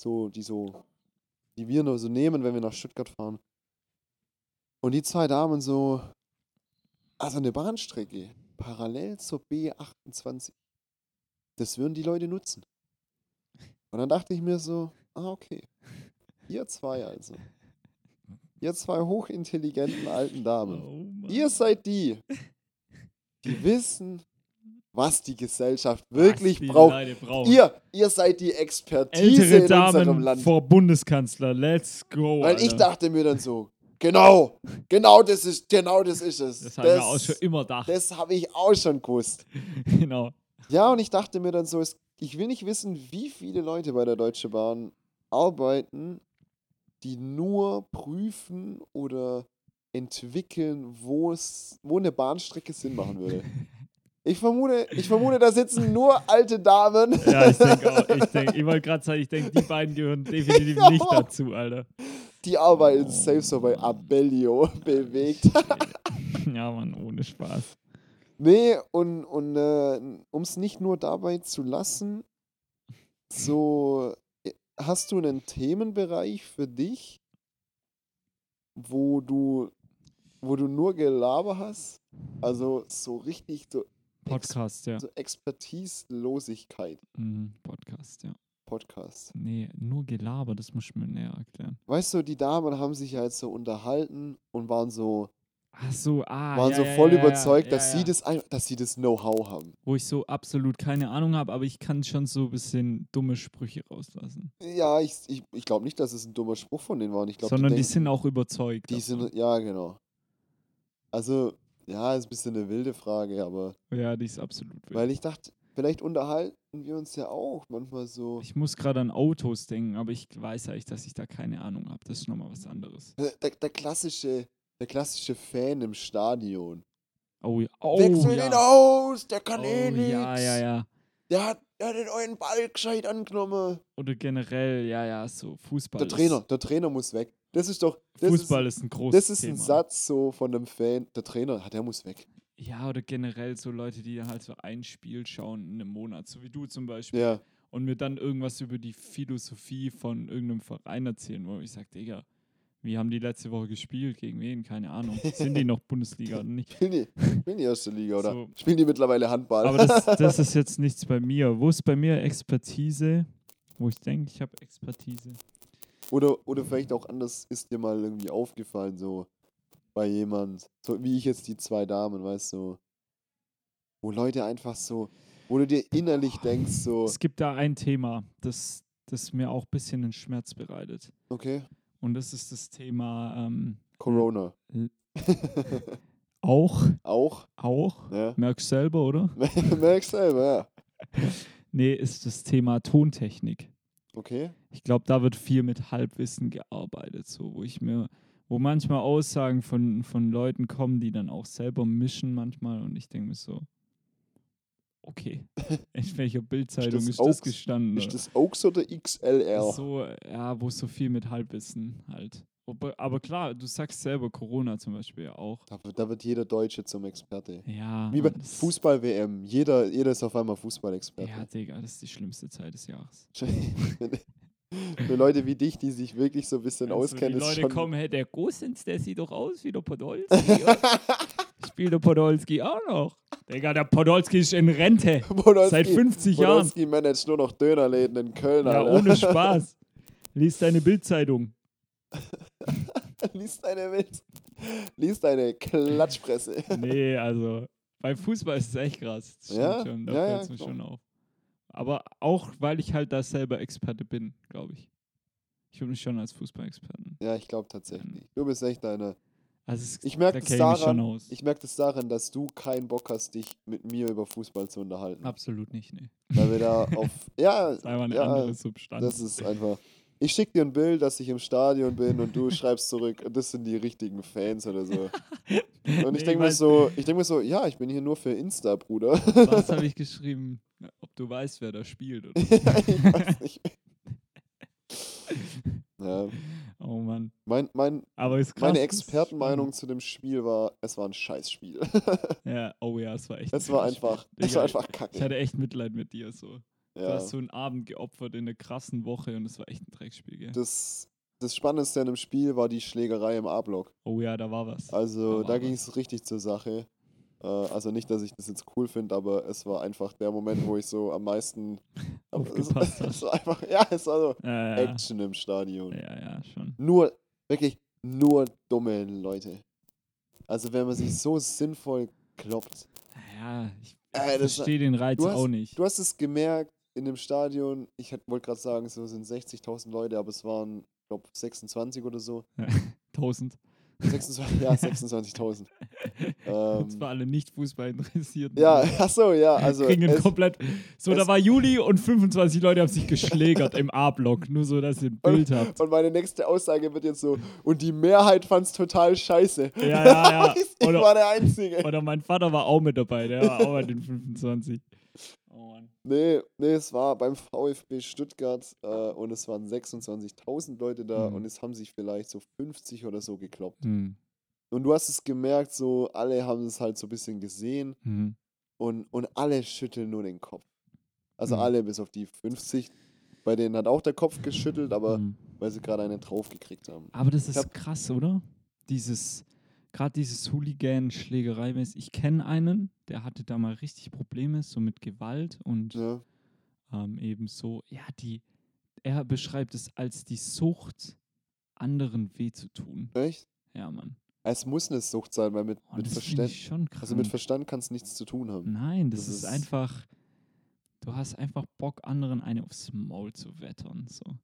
so, die so, die wir nur so nehmen, wenn wir nach Stuttgart fahren. Und die zwei Damen so, also eine Bahnstrecke, parallel zur B28. Das würden die Leute nutzen. Und dann dachte ich mir so, ah, okay. Ihr zwei also. Ihr zwei hochintelligenten alten Damen. Oh, Mann. Ihr seid die, (laughs) die wissen, was die Gesellschaft wirklich Was die braucht. Leute brauchen. Ihr, ihr seid die Expertise Ältere in unserem Damen ne? Land. vor Bundeskanzler. Let's go. Weil Alter. ich dachte mir dann so, genau, genau das ist, genau das ist es. Das haben wir auch schon immer (laughs) gedacht. das habe ich auch schon gewusst. Genau. Ja, und ich dachte mir dann so, es, ich will nicht wissen, wie viele Leute bei der Deutschen Bahn arbeiten, die nur prüfen oder entwickeln, wo es, wo eine Bahnstrecke Sinn machen würde. Ich vermute, ich vermute, da sitzen nur alte Damen. Ja, ich denke auch. Ich, denk, ich wollte gerade sagen, ich denke, die beiden gehören definitiv Ja. nicht dazu, Alter. Die arbeiten safe so bei Abellio bewegt. (laughs) Ja, Mann, ohne Spaß. Nee, und, und äh, um es nicht nur dabei zu lassen, so äh, hast du einen Themenbereich für dich, wo du, wo du nur Gelaber hast? Also so richtig so, Podcast, ja. so Expertislosigkeit. Mhm, Podcast, ja. Podcast. Nee, nur Gelaber, das muss ich mir näher erklären. Weißt du, die Damen haben sich ja jetzt so unterhalten und waren so, Ach so, ah. waren ja, so ja, voll ja, ja, überzeugt, ja, dass ja. sie das ein, dass sie das Know-how haben. Wo ich so absolut keine Ahnung habe, aber ich kann schon so ein bisschen dumme Sprüche rauslassen. Ja, ich, ich, ich glaube nicht, dass es ein dummer Spruch von denen war. und Ich glaub, Sondern die, denken- sind auch überzeugt. Die davon. sind, ja, genau. Also, ja, ist ein bisschen eine wilde Frage, aber ja, die ist absolut wild. weil ich dachte, vielleicht unterhalten wir uns ja auch manchmal so. Ich muss gerade an Autos denken, aber ich weiß eigentlich, dass ich da keine Ahnung habe. Das ist nochmal was anderes. Der, Äh, der, der klassische, der klassische Fan im Stadion. Oh ja. Oh, Wechsel ja. den aus, der kann oh, eh nix. ja, ja, ja. Der hat, der hat den euren Ball gescheit angenommen. Oder generell, ja, ja, so Fußball. Der Trainer, der Trainer muss weg. Das ist doch, Ist, das Fußball ist, ist, ein großes das ist ein Thema. Satz so von einem Fan. Der Trainer, ah, der muss weg. Ja, oder generell so Leute, die halt so ein Spiel schauen in einem Monat, so wie du zum Beispiel, Ja, und mir dann irgendwas über die Philosophie von irgendeinem Verein erzählen, wo ich sage, Digga, wie haben die letzte Woche gespielt? Gegen wen? Keine (laughs) Ahnung. Sind die noch Bundesliga oder nicht? spielen die, spielen die erste Liga, oder? So. Spielen die mittlerweile Handball? Aber das, das ist jetzt nichts bei mir. Wo ist bei mir Expertise? Wo ich denke, ich habe Expertise. Oder, oder vielleicht auch anders ist dir mal irgendwie aufgefallen, so bei jemand, so wie ich jetzt die zwei Damen, weißt du, so, wo Leute einfach so, wo du dir innerlich denkst, so, Es gibt da ein Thema, das, das mir auch ein bisschen den Schmerz bereitet. okay, Und das ist das Thema ähm, Corona. Hm. auch, (laughs) Auch, auch, ne? (laughs) merkst selber, oder? Merkst selber, ja. Nee, ist das Thema Tontechnik. Okay, Ich glaube, da wird viel mit Halbwissen gearbeitet, so wo ich mir, wo manchmal Aussagen von, von Leuten kommen, die dann auch selber mischen manchmal und ich denke mir so, (laughs) okay, in welcher Bildzeitung das ist Augs? das gestanden? ist oder? das Oaks oder XLR? so, ja, wo so viel mit Halbwissen halt. Ob, aber klar, du sagst selber Corona zum Beispiel ja auch. Da, wird- da wird jeder Deutsche zum Experte. Ja. Wie bei Mann, Ah, das- Fußball-WM, jeder, jeder ist auf einmal Ja, Fußballexperte. Digga, das ist die schlimmste Zeit des Jahres. (laughs) Für Leute wie dich, die sich wirklich so ein bisschen Also die auskennen, ist Leute schon... kommen, hey, der Gosens, der sieht doch aus wie der (laughs) Podolski. oder? Spielt der Podolski auch noch? Digga, der Podolski ist in Rente. (laughs) Podolski- Seit 50 Jahren. Podolski managt nur noch Dönerläden in Köln, Ja, Alter. ohne Spaß. Lies deine Bildzeitung. (laughs) Lies deine Welt. Lies deine Klatschpresse. Nee, also bei Fußball ist es echt krass. Das stimmt Ja, schon, da ja, ja, fällt es mir klar. schon auf. Aber auch, weil ich halt da selber Experte bin, glaube ich. Ich würde mich schon als Fußballexperten. Ja, ich glaube tatsächlich. Du bist echt einer Also es, Ich da merke das, kenn ich mich schon daran- aus. ich merk das daran, dass du keinen Bock hast, dich mit mir über Fußball zu unterhalten. Absolut nicht, ne. Weil wir da (laughs) auf. Ja, Das ist einfach eine ja, andere Substanz. das ist einfach. Ich schicke dir ein Bild, dass ich im Stadion bin und (laughs) du schreibst zurück, das sind die richtigen Fans oder so. Und ich Nee, denke mir weiß- so, ich denke mir so, ja, ich bin hier nur für Insta, Bruder. (laughs) Was habe ich geschrieben? Na, Ob du weißt, wer da spielt. (laughs) Oder? ich (laughs) weiß nicht. Ja, Oh Mann. mein, mein, Aber ist krass. Mhm. meine das ist Expertenmeinung zu dem Spiel war, es war (laughs) ein Scheißspiel. spannend. (laughs) Ja, oh ja, es war echt. Es ein war geiles Spiel. einfach, es war Digga, einfach Ich kacke. hatte echt Mitleid mit dir so. Du Ja. hast so einen Abend geopfert in der krassen Woche und es war echt ein Dreckspiel, gell? Das, das Spannendste an dem Spiel war die Schlägerei im A-Block. Oh ja, da war was. Also Da da war ging es richtig zur Sache. Äh, also nicht, dass ich das jetzt cool finde, aber es war einfach der Moment, wo ich so am (laughs) meisten (laughs) aber es- Aufgepasst Es hast. war einfach, ja, es war so Ja, ja. Action im Stadion. ja, ja, schon. Nur, wirklich, nur dumme Leute. Also wenn man sich so sinnvoll kloppt. Ja, ich, Äh, das- verstehe den Reiz du hast- auch nicht. Du hast es gemerkt in dem Stadion, ich wollte gerade sagen, so sind 60.000 Leute, aber es waren, ich glaube, 26 oder so. 1000. (laughs) 26, ja, 26.000. Und Ähm, zwar alle nicht Fußball interessierten. Ja, ach so, ja, also kriegen den es, komplett. So, da es- war Juli und 25 Leute haben sich geschlägert im A-Block. Nur so, dass ihr ein Bild habt. und meine nächste Aussage wird jetzt so, und die Mehrheit fand's total scheiße. Ja, ja, (laughs) ich ja. Oder, war der (laughs) Einzige. oder mein Vater war auch mit dabei. Der war auch bei den (laughs) 25. Oh Mann. Nee, nee, es war beim VfB Stuttgart äh, und es waren 26.000 Leute da Mhm. und es haben sich vielleicht so 50 oder so gekloppt. Hm. Und du hast es gemerkt, so alle haben es halt so ein bisschen gesehen Hm. und, und alle schütteln nur den Kopf. Also Mhm. alle bis auf die 50. Bei denen hat auch der Kopf geschüttelt, aber Hm. weil sie gerade einen draufgekriegt haben. Aber das Ich ist hab- krass, oder? Dieses, gerade dieses Hooligan-Schlägerei. Ich kenne einen, der hatte da mal richtig Probleme, so mit Gewalt und Ja, ähm, eben so, ja, die, er beschreibt es als die Sucht, anderen weh zu tun. echt? Ja, Mann. Es muss eine Sucht sein, weil mit, Oh, mit, das finde Verständ, ich schon krass. also mit Verstand kann es nichts zu tun haben. Nein, das, Das ist ist- einfach, du hast einfach Bock, anderen eine aufs Maul zu wettern. So. Und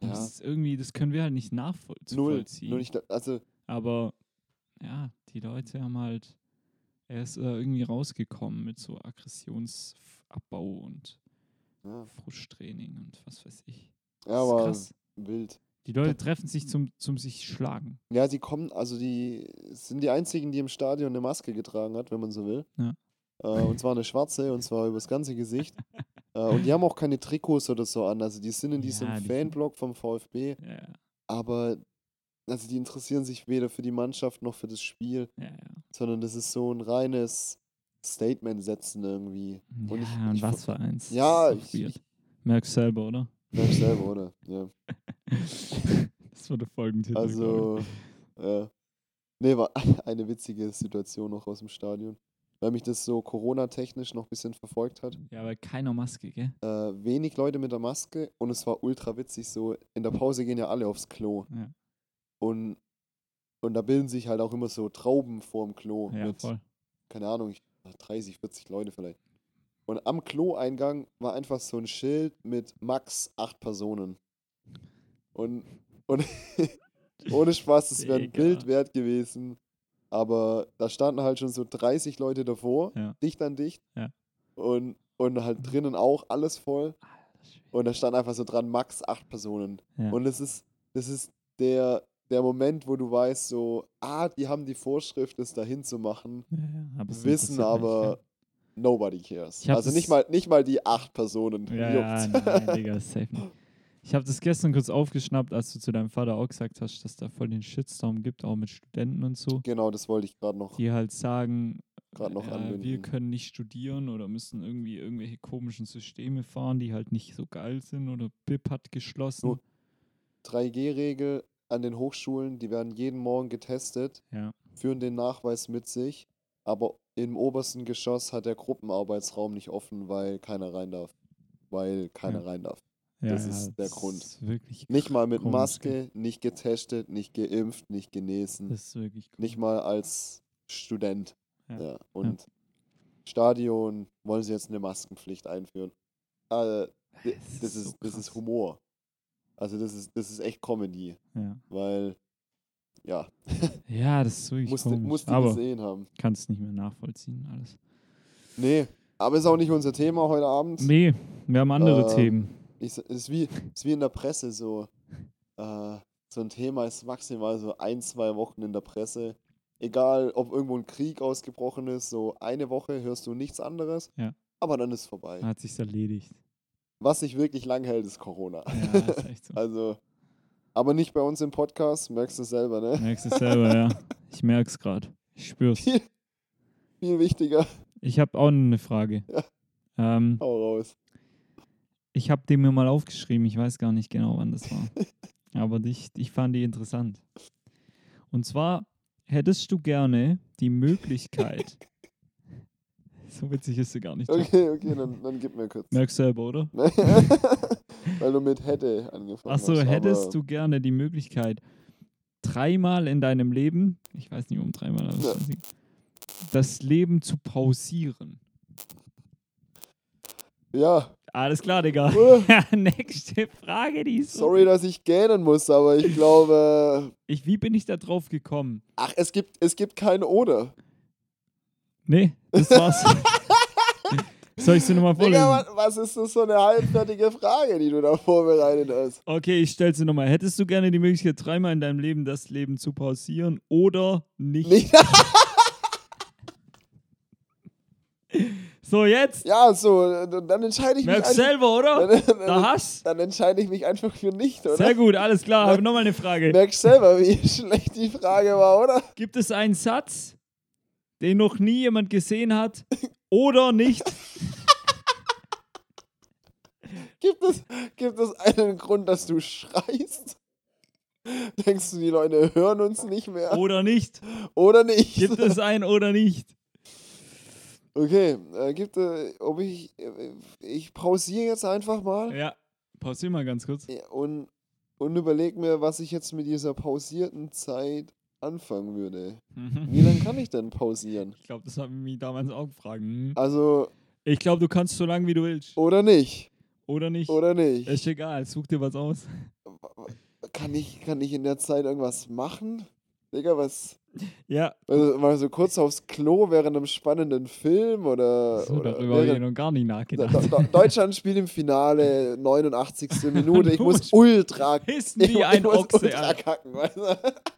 Ja. das ist irgendwie, das können wir halt nicht nachvollziehen. Null. Null ich, glaub- also Aber ja, die Leute haben halt, er ist äh, irgendwie rausgekommen mit so Aggressionsabbau und Ja, Frusttraining und was weiß ich. ja Das ist aber krass. wild. Die Leute treffen sich zum, zum sich schlagen. Ja, die kommen, also die sind die einzigen, die im Stadion eine Maske getragen hat, wenn man so will. Ja. Äh, und zwar eine schwarze, und zwar übers (laughs) ganze Gesicht. äh, und die haben auch keine Trikots oder so an. Also die sind in Ja, diesem die sind- Fanblock vom VfB, Ja, ja, aber also die interessieren sich weder für die Mannschaft noch für das Spiel, ja, ja. sondern das ist so ein reines Statement setzen irgendwie. Und ich- ja, und ich- was für eins. Ja, Das ist doch ich- weird. Merkst selber, oder? (laughs) Bleib selber, oder? Ja. das wurde Folgentitel. glaub Also, äh, nee, war (laughs) eine witzige Situation noch aus dem Stadion. Weil mich das so Corona-technisch noch ein bisschen verfolgt hat. ich. Ja, aber keiner Maske, gell? Äh, wenig Leute mit der Maske und es war ultra witzig so. In der Pause gehen ja alle aufs Klo. Ja. Und, und da bilden sich halt auch immer so Trauben vorm Klo. ja, Oh, mit, voll. keine Ahnung, ich, 30, 40 Leute vielleicht. Und am Kloeingang war einfach so ein Schild mit max acht Personen. Und, und (laughs) ohne Spaß, das wäre ein Digga. Bild wert gewesen. Aber da standen halt schon so 30 Leute davor, Ja. dicht an dicht. Ja. Und, und halt drinnen auch alles voll. Alter Schwede. Und da stand einfach so dran, max acht Personen. Ja. Und das ist, das ist der, der Moment, wo du weißt, so, ah, die haben die Vorschrift, es dahin zu machen. Ja, ja, aber es Wissen interessiert mich, aber nobody cares. Ich hab Also das- nicht mal, nicht mal die acht Personen. Ja, ja juckt's. nein, Digga, safe nicht. Ich habe das gestern kurz aufgeschnappt, als du zu deinem Vater auch gesagt hast, dass da voll den Shitstorm gibt, auch mit Studenten und so, (laughs) Genau, das wollte ich gerade noch. die halt sagen, Grad noch äh, wir anbinden. können nicht studieren oder müssen irgendwie irgendwelche komischen Systeme fahren, die halt nicht so geil sind oder BIP hat geschlossen. So. 3G-Regel an den Hochschulen, die werden jeden Morgen getestet, Ja. führen den Nachweis mit sich, aber im obersten Geschoss hat der Gruppenarbeitsraum nicht offen, weil keiner rein darf. Weil keiner Ja. rein darf. Ja, Das ist der das Grund. Ist wirklich Nicht mal mit Komisch, Maske, nicht getestet, nicht geimpft, nicht genesen. Das ist wirklich cool. Nicht mal als Student. Ja. Ja. Und Stadion wollen sie jetzt eine Maskenpflicht einführen. Äh, d- Das ist das, ist, so das ist krass. Humor. Also das ist, das ist echt Comedy, Ja. weil Ja, Ja, das ist wirklich musst, du- komisch. musst du aber gesehen haben. kannst nicht mehr nachvollziehen alles. Nee, aber ist auch nicht unser Thema heute Abend. Nee, wir haben andere Ähm, Themen. Ich, s- ist, wie, (laughs) ist wie in der Presse so. Äh, so ein Thema ist maximal so ein, zwei Wochen in der Presse. Egal, ob irgendwo ein Krieg ausgebrochen ist, so eine Woche hörst du nichts anderes. Ja. Aber dann ist vorbei. Hat sich's erledigt. Was sich wirklich lang hält, (laughs) ist Corona. Ja, ist echt (laughs) so. Also, aber nicht bei uns im Podcast, merkst du selber, ne? (laughs) Merkst es selber, ja. Ich merk's gerade. Ich spür's. Viel, viel wichtiger. Ich habe auch eine Frage. Ähm, (laughs) Hau raus. ich habe die mir mal aufgeschrieben. Ich weiß gar nicht genau, wann das (laughs) war. Aber ich, ich fand die interessant. Und zwar hättest du gerne die (laughs) Möglichkeit. so witzig ist sie gar nicht. Okay, okay, dann, dann gib mir kurz. (laughs) Ne? Merkst selber, oder? Weil du mit hätte angefangen hast. Achso, aber- hättest du gerne die Möglichkeit, dreimal in deinem Leben, ich weiß nicht um dreimal, aber Ja. scheißegal, das Leben zu pausieren. Ja, (laughs) Alles klar, Digga. (laughs) Oder? Nächste Frage, die ist. so- sorry, dass ich gähnen muss, aber ich glaube. Ich, wie bin ich da drauf gekommen? Ach, es gibt, es gibt kein Oder. Nee, das (laughs) war's. Soll ich sie nochmal vorlesen? Digga, wa- was ist das für eine halbfertige Frage, die du da vorbereitet hast? Okay, ich stelle sie nochmal. Hättest du gerne die Möglichkeit, dreimal in deinem Leben das Leben zu pausieren oder nicht? Nicht, (laughs) So, jetzt! ja, so, dann dann entscheide ich mich. Merkst einfach- selber, oder? (laughs) Dann, dann, Da hast dann entscheide ich mich einfach für nicht, oder? Sehr gut, alles klar. Habe nochmal eine Frage. Merkst selber, wie (laughs) schlecht die Frage war, oder? Gibt es einen Satz, den noch nie jemand gesehen hat oder nicht? (laughs) Gibt es, gibt es einen Grund, dass du schreist? Denkst du, die Leute hören uns nicht mehr? Oder nicht? Oder nicht? Oh. Gibt (laughs) es einen oder nicht? Okay, äh, gibt äh, ob ich äh, ich pausiere jetzt einfach mal Ja, pausier mal ganz kurz. Ja, und und überleg mir, was ich jetzt mit dieser pausierten Zeit anfangen würde. Mhm. Wie lange kann ich denn pausieren? Ich glaube, das haben mich damals auch gefragt. Hm. Also Ich glaube, du kannst so lange, wie du willst. oder nicht? Oder nicht? Oh. Oder nicht? Ist egal, such dir was (laughs) aus. Kann ich kann ich in der Zeit irgendwas machen? Digga, was? Ja, Also, mal so kurz aufs Klo während einem spannenden Film oder, so, oder darüber habe ich während- noch gar nicht Da- nachgedacht. (laughs) (laughs) da- Deutschland spielt im Finale 89. Minute. Ich Du muss musst- ultra Pissen (laughs) Ich- wie ein ich muss Ochse. ultra Alter. kacken, weißt du? (laughs)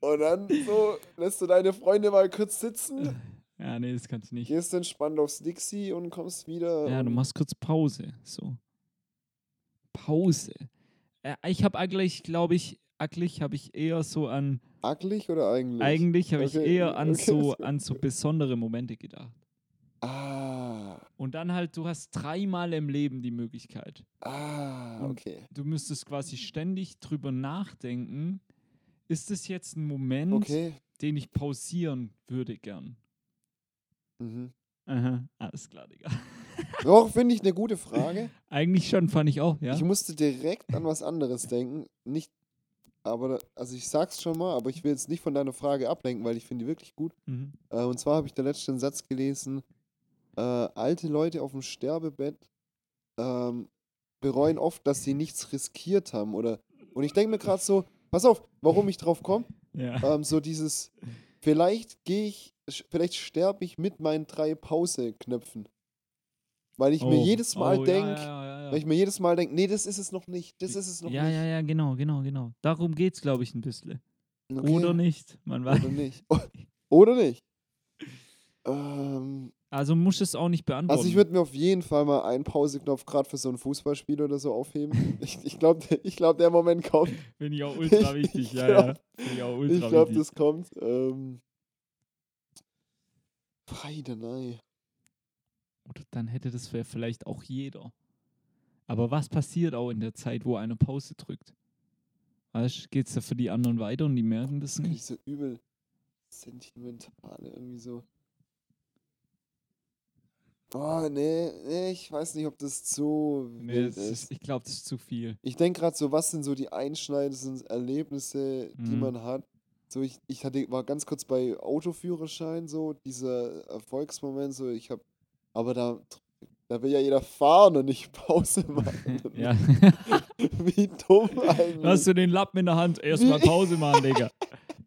Und dann so lässt du deine Freunde mal kurz sitzen, Ja, nee, das kannst du nicht. gehst entspannt aufs Dixie und kommst wieder. um Ja, du und- machst kurz Pause. So. Pause. Äh, ich habe eigentlich, glaube ich, eigentlich habe ich eher so an, Eigentlich oder eigentlich? eigentlich habe ich Okay, eher an okay, (laughs) so ist gut. an so besondere Momente gedacht. Ah, Und dann halt, du hast dreimal im Leben die Möglichkeit. ah, Und- okay. Du müsstest Mhm. quasi ständig drüber nachdenken, ist es jetzt ein Moment, Okay. den ich pausieren würde gern? Mhm. Aha, alles klar, Digga. Doch, finde ich eine gute Frage. Eigentlich schon, fand ich auch, ja. Ich musste direkt an was anderes denken. Nicht, aber, also ich sag's schon mal, aber ich will jetzt nicht von deiner Frage ablenken, weil ich finde die wirklich gut. mhm. Äh, und zwar habe ich da letztens einen Satz gelesen: äh, Alte Leute auf dem Sterbebett ähm, bereuen oft, dass sie nichts riskiert haben. Oder und ich denke mir gerade so: Pass auf, warum ich drauf komme? Ja. Ähm, so dieses: Vielleicht gehe ich, sch- vielleicht sterbe ich mit meinen drei Pause-Knöpfen, weil ich mir Oh. jedes Mal Oh, ja, denke. ja, ja, ja. Weil ich mir jedes Mal denke, nee, das ist es noch nicht, das ist es noch ja, nicht. ja, ja, genau, genau, genau. Darum geht's, glaube ich, ein bisschen. Okay. Oder nicht. Man weiß. Oder nicht. (laughs) Oder nicht. Ähm, Also musst es auch nicht beantworten. Also ich würde mir auf jeden Fall mal einen Pauseknopf gerade für so ein Fußballspiel oder so (laughs) aufheben. ich ich glaube, ich glaub, der Moment kommt. Bin ich (laughs) auch ultra Ich- ich wichtig. ja, glaub- ja. Bin ich auch Ich ultra glaube, wichtig. das kommt. Ähm, Freidenei. Oder dann hätte das wär vielleicht auch jeder. Aber was passiert auch in der Zeit, wo einer Pause drückt? Weißt du, geht's da für die anderen weiter und die merken das Nicht nicht? so übel sentimental irgendwie so. Oh, nee, nee, ich weiß nicht, ob das zu Nee, das wild ist, ist. ich glaube, das ist zu viel. Ich denke gerade so, was sind so die einschneidendsten Erlebnisse, die Mhm. man hat? So, ich, ich hatte, war ganz kurz bei Autoführerschein, so, dieser Erfolgsmoment, so, ich habe, (laughs) (laughs) aber da, da will ja jeder fahren und nicht Pause machen. ja. (laughs) Wie dumm eigentlich. Da hast du den Lappen in der Hand. Erstmal Pause machen, Digga.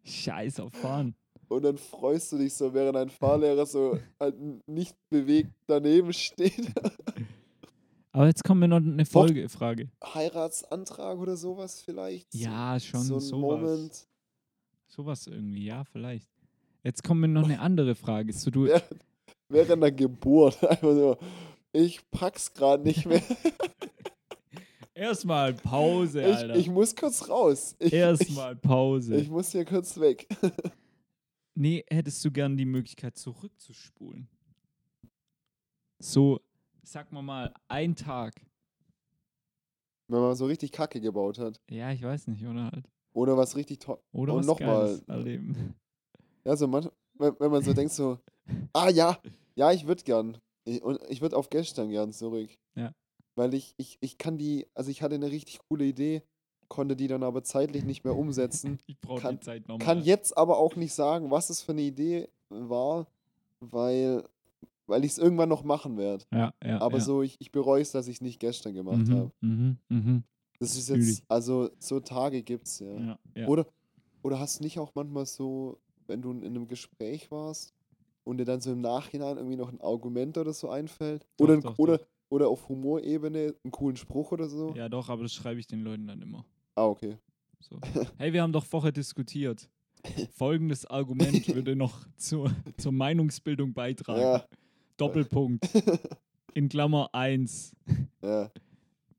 Scheiß auf Fahren. Und dann freust du dich so, während ein Fahrlehrer so halt nicht bewegt daneben steht. (laughs) Aber jetzt kommen wir noch eine Folgefrage. Heiratsantrag oder sowas vielleicht? Ja, schon so ein sowas. Moment. Sowas irgendwie, ja, vielleicht. Jetzt kommen wir noch eine andere Frage. So, du, Ja. Während der Geburt. (laughs) Einfach so, ich pack's gerade (laughs) nicht mehr. erstmal Pause, Ich, Alter. ich muss kurz raus. Ich, erstmal ich, Pause. ich muss hier kurz weg. nee, hättest du gern die Möglichkeit zurückzuspulen? So, sag mal mal, ein Tag. Wenn man so richtig Kacke gebaut hat. Ja, ich weiß nicht, oder halt. Oder was richtig toll. Oder Und was noch Geiles mal. erleben. Ja, so manch, wenn, wenn man so (laughs) denkt, so, ah ja, ja, ich würde gern. Ich, und ich würde auf gestern gern zurück. Ja. Weil ich, ich, ich kann die, also ich hatte eine richtig coole Idee, konnte die dann aber zeitlich nicht (laughs) mehr umsetzen. Ich brauche die Kann- Zeit nochmal. Kann jetzt aber auch nicht sagen, was es für eine Idee war, weil, weil ich es irgendwann noch machen werde. ja, ja, Aber ja. so, ich, ich bereue es, dass ich es nicht gestern gemacht mhm, habe. mhm, mhm. Das ist Fühl jetzt, also so Tage gibt's ja. Ja, ja. Oder, oder hast du nicht auch manchmal so, wenn du in einem Gespräch warst und dir dann so im Nachhinein irgendwie noch ein Argument oder so einfällt? Doch, oder, ein- doch, oder, oder auf Humorebene einen coolen Spruch oder so? ja, doch, aber das schreibe ich den Leuten dann immer. Ah, okay. (laughs) So. Hey, wir haben doch vorher diskutiert. Folgendes Argument würde noch zur, zur Meinungsbildung beitragen. Ja. (laughs) Doppelpunkt. In Klammer 1. Ja.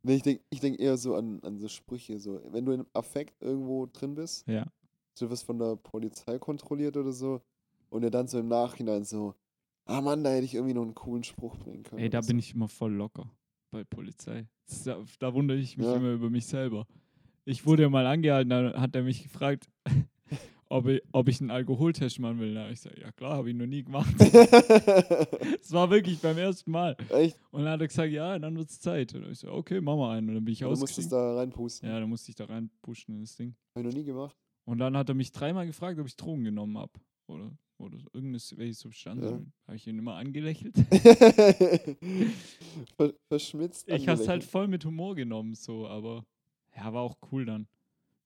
Nee, ich denke ich denk eher so an, an so Sprüche. So. Wenn du im Affekt irgendwo drin bist, Ja. du wirst von der Polizei kontrolliert oder so, und dir dann so im Nachhinein so, ah Mann, da hätte ich irgendwie noch einen coolen Spruch bringen können. Ey, da oder bin ich immer voll locker bei Polizei. Das ist Da, da wundere ich mich Ja. immer über mich selber. Ich wurde mal angehalten, dann hat er mich gefragt, (laughs) ob ich, ob ich einen Alkoholtest machen will. Da habe ich gesagt, ja klar, habe ich noch nie gemacht. (laughs) so. (laughs) Das war wirklich beim ersten Mal. Echt? Und dann hat er gesagt, ja, dann wird es Zeit. Und ich so, okay, mach mal einen. Und dann bin ich Du musst es ausgestiegen. da reinpusten. Ja, dann musste ich da reinpushen in das Ding. Habe ich noch (laughs) nie gemacht. Und dann hat er mich dreimal gefragt, ob ich Drogen genommen habe. Oder, oder so, irgendeine welche Substanz. Ja. Habe ich ihn immer angelächelt. Ver verschmitzt. ich habe es halt angelächelt. voll mit Humor genommen, so, aber ja, war auch cool dann.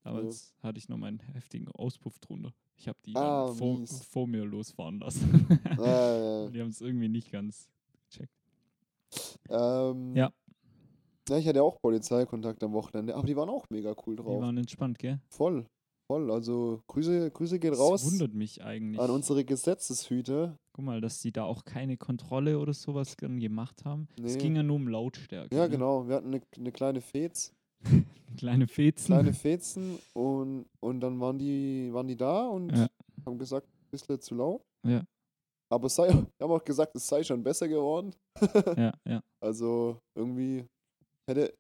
Damals hatte ich noch meinen heftigen Auspuff drunter. Ich habe die dann Ah, vor, mies. vor mir losfahren (laughs) lassen. (laughs) Ah, die haben es irgendwie nicht ganz gecheckt. (laughs) ja, ähm, Ja. ja. Ich hatte auch Polizeikontakt am Wochenende, aber die waren auch mega cool Die drauf. waren entspannt, gell? voll, voll. Also Grüße, Grüße gehen Das raus wundert mich eigentlich. an unsere Gesetzeshüter. Guck mal, dass die da auch keine Kontrolle oder sowas dann gemacht haben. Es Nee. ging ja nur um Lautstärke. Ja, ne? genau. Wir hatten eine, eine kleine Fez, (laughs) Kleine Fetzen. kleine Fezen und, und dann waren die, waren die da und Ja. haben gesagt, ein bisschen zu laut. Ja. Aber es sei, (laughs) die haben auch gesagt, es sei schon besser geworden. (laughs) ja, ja. Also irgendwie hätte.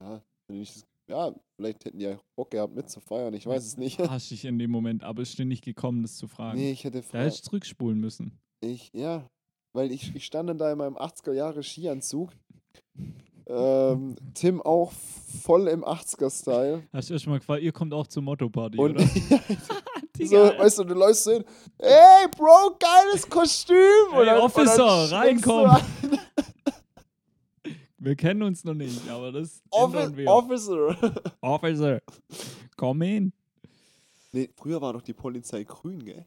Ja, wenn ich das, ja, vielleicht hätten die ja Bock gehabt mitzufeiern, ich weiß es nicht. Arschig in dem Moment, aber es ist dir nicht gekommen, das zu fragen. (laughs) nee, ich hätte da frei. hättest du zurückspulen müssen. Ich, ja, weil ich, ich stand dann da in meinem 80er-Jahre-Skianzug. Ähm, (laughs) Tim auch voll im 80er-Style. Hast du erst mal gefragt, ihr kommt auch zur Motto-Party, Und oder? (laughs) (laughs) so, weißt du, du läufst so hin, ey, Bro, geiles Kostüm! Hey, Officer, schlägst du reinkommen! ein, wir kennen uns noch nicht, aber das ändern Offi wir. (laughs) Officer! Officer, komm in. Nee, früher war doch die Polizei grün, gell?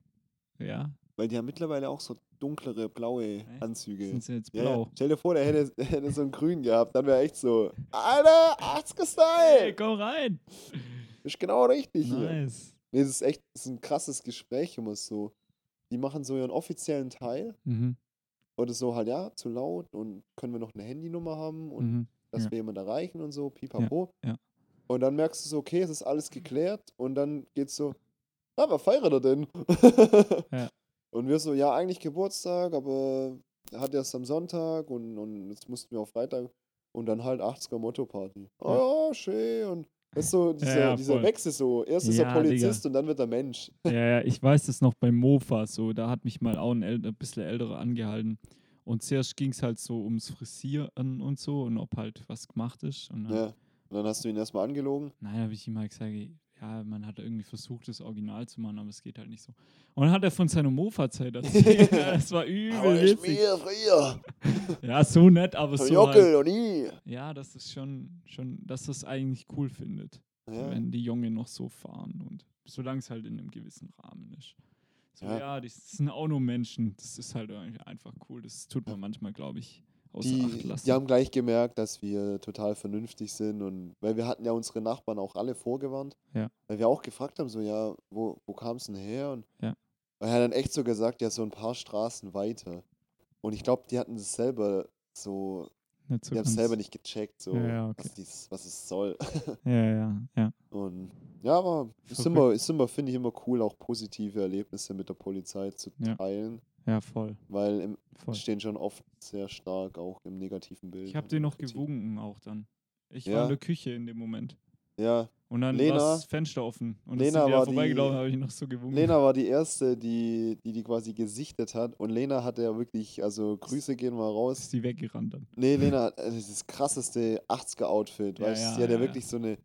Ja, Weil die haben mittlerweile auch so dunklere, blaue Anzüge. sind sie jetzt Ja, ja. blau. Stell dir vor, der hätte, der hätte so einen grün gehabt, dann wäre echt so, Alter, 80er Hey, Style! komm rein. Ist genau richtig hier. Nice. Nee, das ist echt das ist ein krasses Gespräch immer so. Die machen so ihren offiziellen Teil Mhm, oder so halt, ja, zu laut und können wir noch eine Handynummer haben und mhm. dass ja. wir jemanden erreichen und so, pipapo. ja. Und dann merkst du so, okay, es ist alles geklärt und dann geht's so, ah, was feiert er denn? (laughs) Ja. Und wir so, ja, eigentlich Geburtstag, aber er hat erst am Sonntag und, und jetzt mussten wir auf Freitag und dann halt 80er Motto-Party. Oh, ja, schön. Und das ist so dieser, ja, dieser voll. Wechsel so, erst ist Ja, er Polizist und dann wird er Mensch. Ja, ja, ich weiß das noch beim Mofa so. Da hat mich mal auch ein, äl ein bisschen älterer angehalten. Und zuerst ging es halt so ums Frisieren und so und ob halt was gemacht ist. Und dann, Ja. Und dann ne? hast du ihn erstmal angelogen. Nein, habe ich ihm mal gesagt, ja, man hat irgendwie versucht, das Original zu machen, aber es geht halt nicht so. Und dann hat er von seiner Mofa-Zeit (laughs) erzählt. Ja, das war Aber übel ich witzig. mir früher. Ja, so nett, aber Von so halt. Jockel und ich. Ja, das ist schon, schon, dass das eigentlich cool findet, Ja. wenn die Jungen noch so fahren und solange es halt in einem gewissen Rahmen ist. So, Ja. ja, die sind auch nur Menschen. Das ist halt irgendwie einfach cool. Das tut man manchmal, glaube ich, außer Acht Die, lassen. die haben gleich gemerkt, dass wir total vernünftig sind und weil wir hatten ja unsere Nachbarn auch alle vorgewarnt, Ja. weil wir auch gefragt haben, so ja, wo, wo kam es denn her? Und Ja. und er hat dann echt so gesagt, ja, so ein paar Straßen weiter. Und ich glaube, die hatten es selber so, Nicht so die haben ganz- es selber nicht gecheckt, so Ja, ja, okay. was, dies, was es soll. Ja, ja, ja. Und ja, aber es ist Verrückt. immer, ist immer finde ich immer cool, auch positive Erlebnisse mit der Polizei zu Ja. teilen, Ja, voll. weil im, voll. stehen schon oft sehr stark auch im negativen Bild. Ich habe den noch Kritik. gewunken auch dann. Ich Ja. war in der Küche in dem Moment. Ja, Und dann Lena- war das Fenster offen. Und es Lena sind war wir die- vorbeigelaufen, habe ich noch so gewunken. (laughs) Lena war die erste, die, die die quasi gesichtet hat. Und Lena hatte ja wirklich, also Grüße gehen mal ist raus. die weggerannt dann. Nee, (laughs) Lena hat also das krasseste 80er-Outfit. Ja, weißt du, ja, sie hat ja, ja, wirklich so eine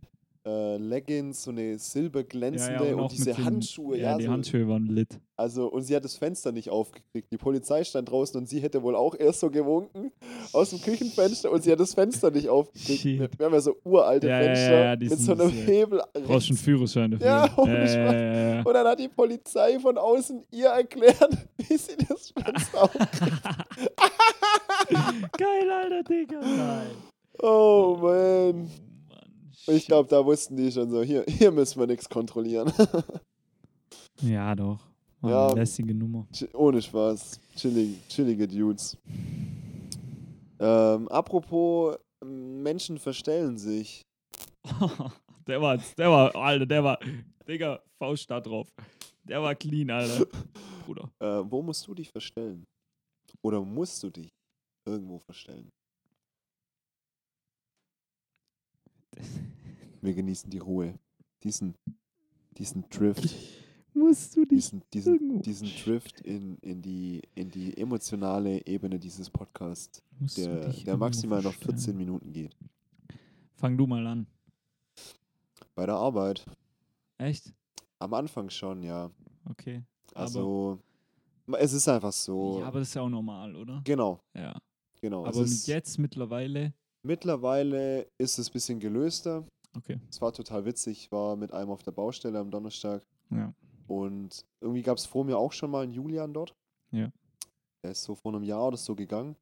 äh, Leggings, so eine silberglänzende und, auch mit diese dem- Handschuhe. Ja, Ja, die so, Handschuhe waren lit. Also, und sie hat das Fenster nicht aufgekriegt. Die Polizei stand draußen und sie hätte wohl auch erst so gewunken aus dem Küchenfenster und sie hat das Fenster nicht aufgekriegt. Shit. Wir haben ja so uralte Ja, ja, Fenster ja, ja, die mit so sind einem sehr- Hebel. Du brauchst schon Führerschein dafür. Äh. Ja, (laughs) ohne ja, ja, ja, ja. Und dann hat die Polizei von außen ihr erklärt, (laughs) wie sie das Fenster auf. Geil, alter Digga. Nein. Oh man. Oh, Mann. Ich glaube, da wussten die schon so, hier, hier müssen wir nichts kontrollieren. (laughs) Ja, doch. War Ja. eine lässige Nummer. Ch- Ohne Spaß. Chillig, chillige Dudes. Ähm, apropos, Menschen verstellen sich. (laughs) der war, der war, alter, der war, Digga, Faust da drauf. Der war clean, (laughs) alter. Bruder. Äh, wo musst du dich verstellen? Oder musst du dich irgendwo verstellen? Wir genießen die Ruhe. Diesen, diesen Drift, (laughs) Musst du dich diesen, diesen irgendwo... diesen Drift in, in, die, in die emotionale Ebene dieses Podcasts, Musst du der, dich der irgendwo maximal noch verstellen? 14 Minuten geht. Fang du mal an. Bei der Arbeit, Echt? am Anfang schon, ja. Okay. Aber- Also, ma- es ist einfach so. Ja, aber das ist ja auch normal, oder? genau, Ja. genau. Aber Oh. es mit ist, jetzt mittlerweile. mittlerweile ist es ein bisschen gelöster. Okay. Es war total witzig, ich war mit einem auf der Baustelle am Donnerstag Ja. und irgendwie gab es vor mir auch schon mal einen Julian dort. Ja. Der ist so vor einem Jahr oder so gegangen.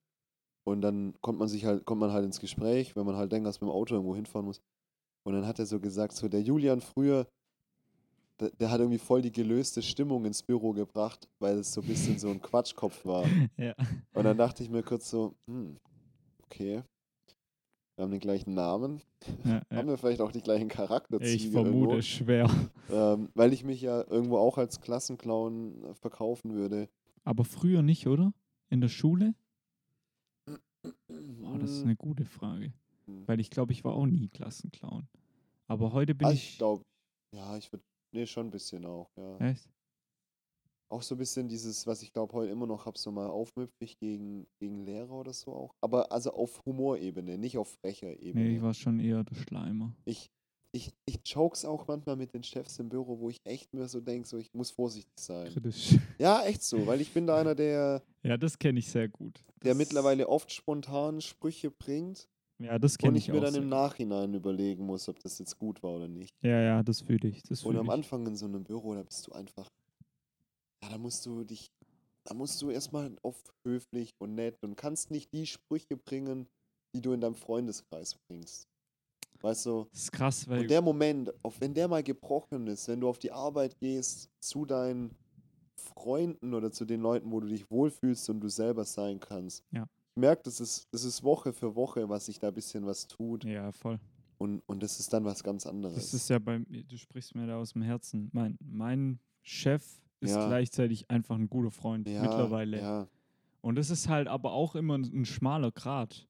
Und dann kommt man sich halt, kommt man halt ins Gespräch, wenn man halt denkt, dass man mit dem Auto irgendwo hinfahren muss. Und dann hat er so gesagt, so der Julian früher, der, der hat irgendwie voll die gelöste Stimmung ins Büro gebracht, weil es so ein bisschen so ein Quatschkopf war. (laughs) Ja. Und dann dachte ich mir kurz so, hm, okay. Wir haben den gleichen Namen, ja, ja. haben wir vielleicht auch die gleichen Charakterzüge. Ich irgendwo? vermute schwer. (laughs) Ähm, weil ich mich ja irgendwo auch als Klassenclown äh, verkaufen würde. Aber früher nicht, oder? In der Schule? Boah, das Mhm. Hm, ist ne, eine gute Frage. Weil ich glaube, ich war auch nie Klassenclown. Aber heute bin also ich ich. glaube, ja, ich würde, nee, schon ein bisschen auch, ja. Echt? Auch so ein bisschen dieses, was ich glaube, heute immer noch habe, so mal aufmüpfig gegen, gegen Lehrer oder so auch. Aber also auf Humorebene, nicht auf frecher Nee, ich Ebene. war schon eher der Schleimer. ich, ich, ich jokes auch manchmal mit den Chefs im Büro, wo ich echt mir so denke, so, ich muss vorsichtig sein. Kritisch. (laughs) Ja, echt so, weil ich bin da einer, der, Ja, das kenne ich sehr gut. der Das- mittlerweile oft spontan Sprüche bringt Ja, das und kenne ich ich, mir auch. dann Sehr im gut. Nachhinein überlegen muss, ob das jetzt gut war oder nicht. Ja, ja, das fühle ich. Das Und fühl am ich. Anfang in so einem Büro, da bist du einfach. Ja, da musst du dich. Da musst du erstmal auf höflich und nett und kannst nicht die Sprüche bringen, die du in deinem Freundeskreis bringst. Weißt du? Das ist krass, weil. Und der Moment, auch wenn der mal gebrochen ist, wenn du auf die Arbeit gehst, zu deinen Freunden oder zu den Leuten, wo du dich wohlfühlst und du selber sein kannst. Ja. Ich merke, das ist, das ist Woche für Woche, was sich da ein bisschen was tut. ja, voll. Und, und das ist dann was ganz anderes. Das ist ja bei mir, du sprichst mir da aus dem Herzen. Mein, mein Chef ist Ja. gleichzeitig einfach ein guter Freund ja, mittlerweile. Ja, Und das ist halt aber auch immer ein, ein schmaler Grat.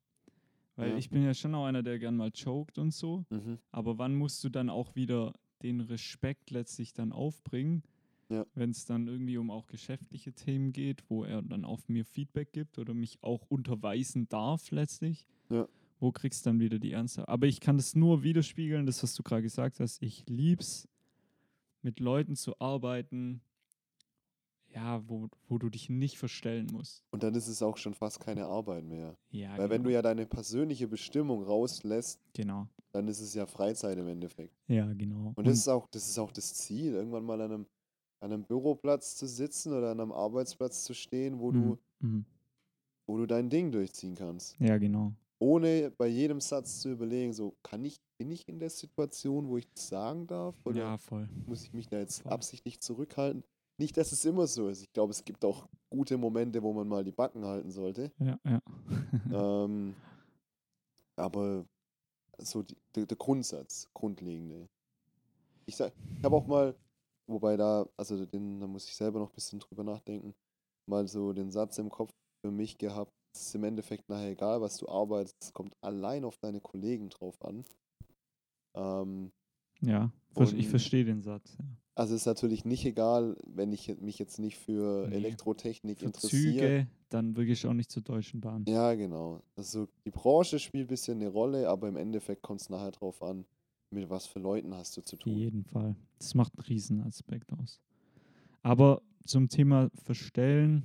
Weil Ja. ich bin ja schon auch einer, der gern mal choked und so. mhm. Aber wann musst du dann auch wieder den Respekt letztlich dann aufbringen, Ja. wenn es dann irgendwie um auch geschäftliche Themen geht, wo er dann auf mir Feedback gibt oder mich auch unterweisen darf letztlich? Ja. Wo kriegst du dann wieder die Ernste? Aber ich kann das nur widerspiegeln, das, was du gerade gesagt hast. Ich lieb's, mit Leuten zu arbeiten, ja, wo, wo du dich nicht verstellen musst. Und dann ist es auch schon fast keine Arbeit mehr. Ja, Weil wenn genau. du ja deine persönliche Bestimmung rauslässt, genau. dann ist es ja Freizeit im Endeffekt. Ja, genau. Und das ist auch, das ist auch das Ziel, irgendwann mal an einem, an einem Büroplatz zu sitzen oder an einem Arbeitsplatz zu stehen, wo du, Mhm, mhm. wo du dein Ding durchziehen kannst. Ja, genau. Ohne bei jedem Satz zu überlegen, so kann ich, bin ich in der Situation, wo ich das sagen darf? Oder Ja, voll. muss ich mich da jetzt Voll. absichtlich zurückhalten? Nicht, dass es immer so ist. Ich glaube, es gibt auch gute Momente, wo man mal die Backen halten sollte. Ja, ja. ähm, aber so die, der, der Grundsatz, grundlegende. Ich sag, ich habe auch mal, wobei da, also den, da muss ich selber noch ein bisschen drüber nachdenken, mal so den Satz im Kopf für mich gehabt, es ist im Endeffekt nachher egal, was du arbeitest, es kommt allein auf deine Kollegen drauf an. Ähm, Ja, vers- ich Und- verstehe den Satz. Ja. also ist natürlich nicht egal, wenn ich mich jetzt nicht für Nee. Elektrotechnik Mhm. Für interessiere. Züge, dann wirklich auch nicht zur Deutschen Bahn. Ja, genau. Also die Branche spielt ein bisschen eine Rolle, aber im Endeffekt kommt es nachher drauf an, mit was für Leuten hast du zu Auf tun. jeden Fall. Das macht einen Riesenaspekt aus. Aber zum Thema Verstellen,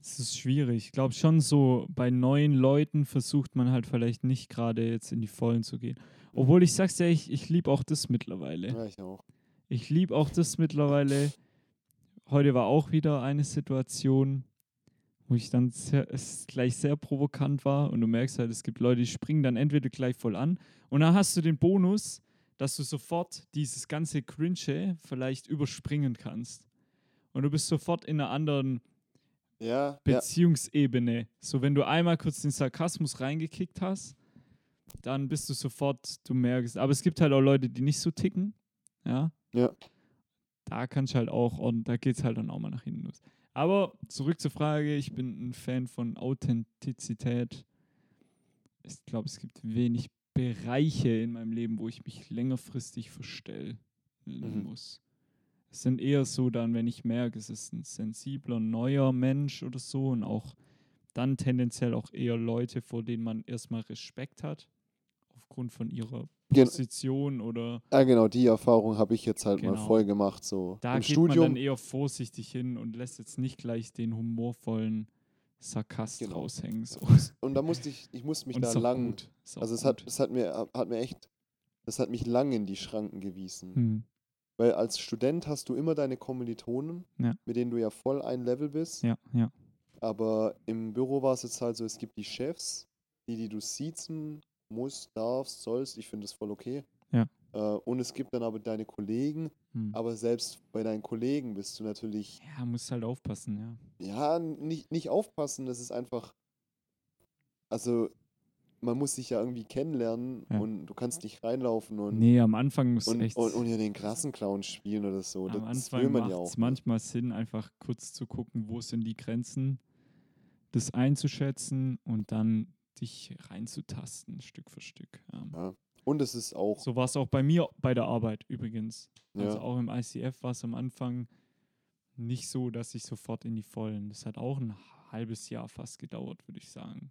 es ist schwierig. Ich glaube schon so, bei neuen Leuten versucht man halt vielleicht nicht gerade jetzt in die Vollen zu gehen. Obwohl ich sag's ja, ich, ich liebe auch das mittlerweile. Mhm. Ja, ich auch. Ich liebe auch das mittlerweile. Heute war auch wieder eine Situation, wo ich dann sehr, es gleich sehr provokant war. Und du merkst halt, es gibt Leute, die springen dann entweder gleich voll an. Und dann hast du den Bonus, dass du sofort dieses ganze Cringe vielleicht überspringen kannst. Und du bist sofort in einer anderen Ja, ja, Beziehungsebene. So, wenn du einmal kurz den Sarkasmus reingekickt hast, dann bist du sofort, du merkst. Aber es gibt halt auch Leute, die nicht so ticken. Ja. Ja. Da kannst du halt auch, und da geht es halt dann auch mal nach hinten los. Aber zurück zur Frage, ich bin ein Fan von Authentizität. Ich glaube, es gibt wenig Bereiche in meinem Leben, wo ich mich längerfristig verstellen Mhm. muss. Es sind eher so dann, wenn ich merke, es ist ein sensibler, neuer Mensch oder so und auch dann tendenziell auch eher Leute, vor denen man erstmal Respekt hat, aufgrund von ihrer Gen- Position oder ja, genau, die Erfahrung habe ich jetzt halt mal Genau. voll gemacht. So da im geht Studium. man dann eh eher vorsichtig hin und lässt jetzt nicht gleich den humorvollen Sarkast Genau. raushängen. So. und da musste ich, ich musste mich Und da ist auch lang. gut, ist auch Also es hat, gut. es hat mir, hat mir echt, das hat mich lang in die Schranken gewiesen. Hm. Weil als Student hast du immer deine Kommilitonen, Ja. mit denen du ja voll ein Level bist. Ja, ja. Aber im Büro war es jetzt halt so, es gibt die Chefs, die, die du siezen musst, darfst, sollst. Ich finde das voll okay. Ja. Äh, und es gibt dann aber deine Kollegen. Hm. Aber selbst bei deinen Kollegen bist du natürlich, Ja, musst halt aufpassen, ja. ja, nicht, nicht aufpassen. Das ist einfach, also man muss sich ja irgendwie kennenlernen Ja. und du kannst nicht reinlaufen und, Nee, am Anfang muss und, echt. und, und ja den Klassenclown spielen oder so. am das Anfang will man macht ja es auch. ne? nicht. manchmal Sinn, einfach kurz zu gucken, wo sind die Grenzen, das einzuschätzen und dann dich reinzutasten, Stück für Stück. Ja. Und es ist auch, So war es auch bei mir bei der Arbeit übrigens. Also ja, auch im ICF war es am Anfang nicht so, dass ich sofort in die Vollen. Das hat auch ein halbes Jahr fast gedauert, würde ich sagen.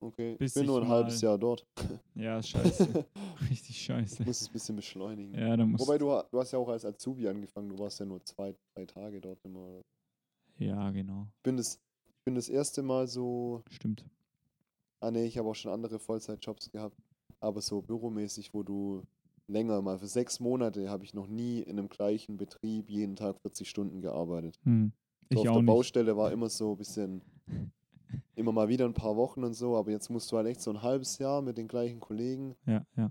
okay. Ich bis bin ich nur ein halbes mal- Jahr dort. Ja, (laughs) scheiße. Richtig (laughs) scheiße. Ich muss es ein bisschen beschleunigen. Ja, da muss. Wobei du, ha- du hast ja auch als Azubi angefangen, du warst ja nur zwei, drei Tage dort immer. Ja, genau. Ich bin das, ich bin das erste Mal so, Stimmt. ah ne, ich habe auch schon andere Vollzeitjobs gehabt, aber so büromäßig, wo du länger mal, für sechs Monate habe ich noch nie in einem gleichen Betrieb jeden Tag 40 Stunden gearbeitet. Hm. So Ich auf auch der nicht. Baustelle war immer so ein bisschen, immer mal wieder ein paar Wochen und so, aber jetzt musst du halt echt so ein halbes Jahr mit den gleichen Kollegen Ja, ja.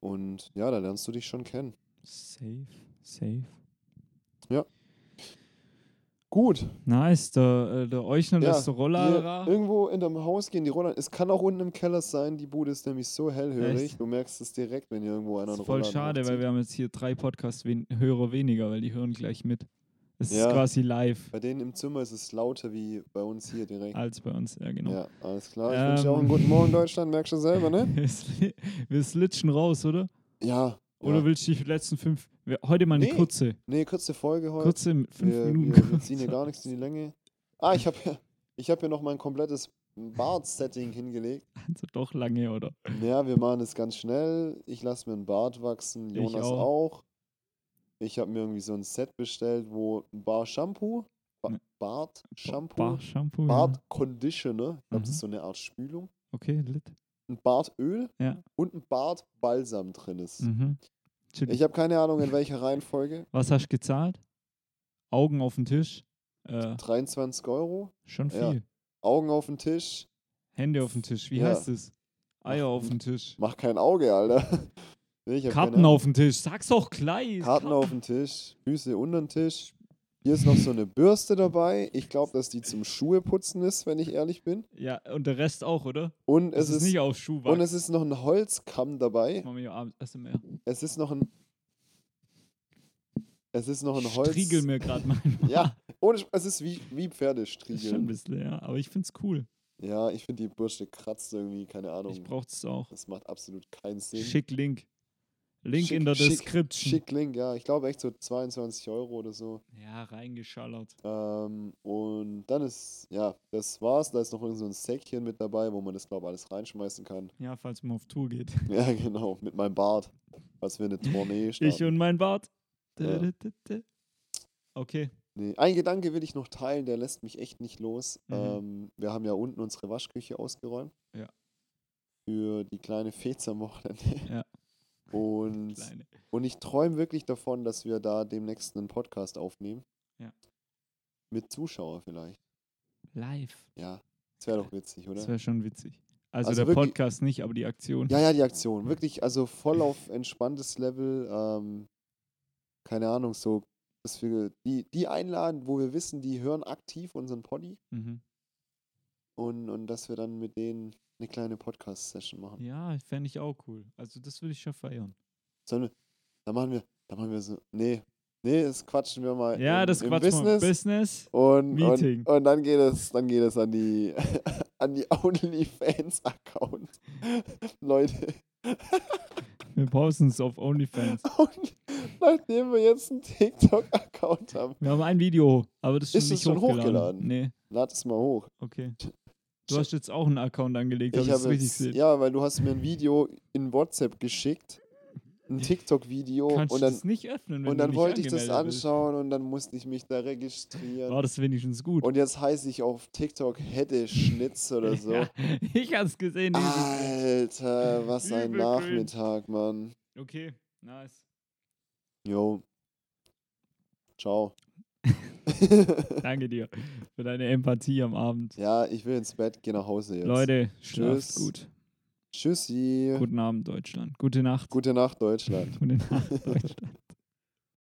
und ja, da lernst du dich schon kennen. Safe, safe. Gut. Nice, der, äh, der Euchner Ja, lässt der Roller Hier, irgendwo in deinem Haus gehen die Roller. Es kann auch unten im Keller sein, die Bude ist nämlich so hellhörig. Echt? Du merkst es direkt, wenn hier irgendwo einer Das ist einen voll Rollladen schade, weil hochzieht. wir haben jetzt hier drei Podcast-Hörer weniger, weil die hören gleich mit. Es Ja. ist quasi live Bei denen im Zimmer ist es lauter wie bei uns hier direkt. als bei uns, ja genau. Ja, alles klar. Ich wünsche dir Ähm. auch einen guten Morgen, Deutschland. Merkst du selber, ne? (laughs) Wir sli- wir slitschen raus, oder? Ja. Oder ja. willst du die letzten fünf, wir- heute mal eine Nee. kurze, Nee, kurze Folge heute. kurze m- fünf wir, Minuten. Wir, wir ziehen (laughs) hier gar nichts in die Länge. Ah, ich habe hier, ich hab hier noch mein komplettes Bart-Setting hingelegt. Also doch lange, oder? Ja, wir machen es ganz schnell. Ich lasse mir einen Bart wachsen, Ich Jonas auch. auch. Ich habe mir irgendwie so ein Set bestellt, wo ein Bar Shampoo, ba Ne. Bart Shampoo, Bar Shampoo. Bart Ja. Conditioner, ich glaube, das Mhm. ist so eine Art Spülung, Okay, lit. ein Bartöl Ja. und ein Bart Balsam drin ist. Mhm. Chili. Ich habe keine Ahnung, in welcher Reihenfolge. Was hast du gezahlt? Augen auf den Tisch. Äh, 23 Euro, schon viel. Ja. Augen auf den Tisch. Hände auf den Tisch. Wie Ja. heißt es? Eier Ach, auf den Tisch. Mach kein Auge, Alter. (laughs) Nee, ich hab keine Karten Ahnung. auf den Tisch. Sag's doch gleich. Karten auf den Tisch, Füße unter den Tisch. Hier ist noch so eine Bürste dabei. Ich glaube, dass die zum Schuhe putzen ist, wenn ich ehrlich bin. Ja, und der Rest auch, oder? Und Das ist, es ist, nicht auf Schuhwachs. und es ist noch ein Holzkamm dabei. Machen wir hier abends Essen mehr. Es ist noch ein Es ist noch ein Holz. Striegel mir gerade mal. Ja, ohne, Sp- es ist wie, (laughs) Ist wie Schon ein Pferdestriegeln. bisschen, ja. Aber ich find's cool. Ja, ich finde die Bürste kratzt irgendwie, keine Ich Ahnung. brauch's auch. Das macht absolut keinen Sinn. Schick Link. Link Schick- in der schick- Description. Schick Link, ja. Ich glaube echt so 22 Euro oder so. Ja, reingeschallert. Ähm, und dann ist, ja, das war's. Da ist noch irgend so ein Säckchen mit dabei, wo man das, glaube ich, alles reinschmeißen kann. (laughs) Ja, falls man auf Tour geht. Ja, genau, mit meinem Bart. Als wir eine Tournee Ich starten. und mein Bart. Ja. Dä, dä, dä, dä. Okay. Nee, ein Gedanke will ich noch teilen, der lässt mich echt nicht los. Mhm. Ähm, wir haben ja unten unsere Waschküche ausgeräumt. Ja. Für die kleine Fez am Wochenende. (laughs) Ja. (laughs) Und Kleine. Und ich träume wirklich davon, dass wir da demnächst einen Podcast aufnehmen. Ja. Mit Zuschauer vielleicht. Live. Ja. Das wäre doch witzig, oder? Das wäre schon witzig. Also, Also der wirklich- Podcast nicht, aber die Aktion. Ja, ja, die Aktion. Wirklich, also voll auf entspanntes Level. Ähm, keine Ahnung, so, dass wir die, die einladen, wo wir wissen, die hören aktiv unseren Poddy Mhm. und, und dass wir dann mit denen eine kleine Podcast-Session machen. Ja, fände ich auch cool. Also das würde ich schon feiern. Sollen wir, da machen wir, da machen wir so, nee, nee, das quatschen wir mal Ja, Äh, im, das im Quatsch mal. Business. Business. Und, Meeting. und, und dann geht es, dann geht es an die (laughs) an die OnlyFans-Account. (laughs) Leute, (laughs) Wir posten es auf OnlyFans. und nachdem wir jetzt einen TikTok-Account haben, Wir haben ein Video, aber das ist, Ist schon nicht es schon hochgeladen. hochgeladen? Nee, lad es mal hoch. okay. Du hast jetzt auch einen Account angelegt, Ich habe ich habe richtig jetzt, gesehen. ja, weil du hast mir ein Video in WhatsApp geschickt, (laughs) ein TikTok-Video Kannst und du dann das nicht öffnen, wenn und du dann nicht wollte ich das angemeldet bist? anschauen und dann musste ich mich da registrieren. War das wenigstens gut? Und jetzt heiße ich auf TikTok Hette Schnitz oder so. (laughs) Ah. Ja, ich hab's gesehen. dieses- Alter, was ein Übel cringe. Nachmittag, Mann. Okay, nice. Jo. (laughs) Ciao. (laughs) Danke dir für deine Empathie am Abend. ja, ich will ins Bett, geh nach Hause jetzt. Leute, schlaft Tschüss. gut. Tschüssi. Guten Abend, Deutschland. Gute Nacht. (laughs) Gute Nacht, Deutschland. Gute Nacht, Deutschland.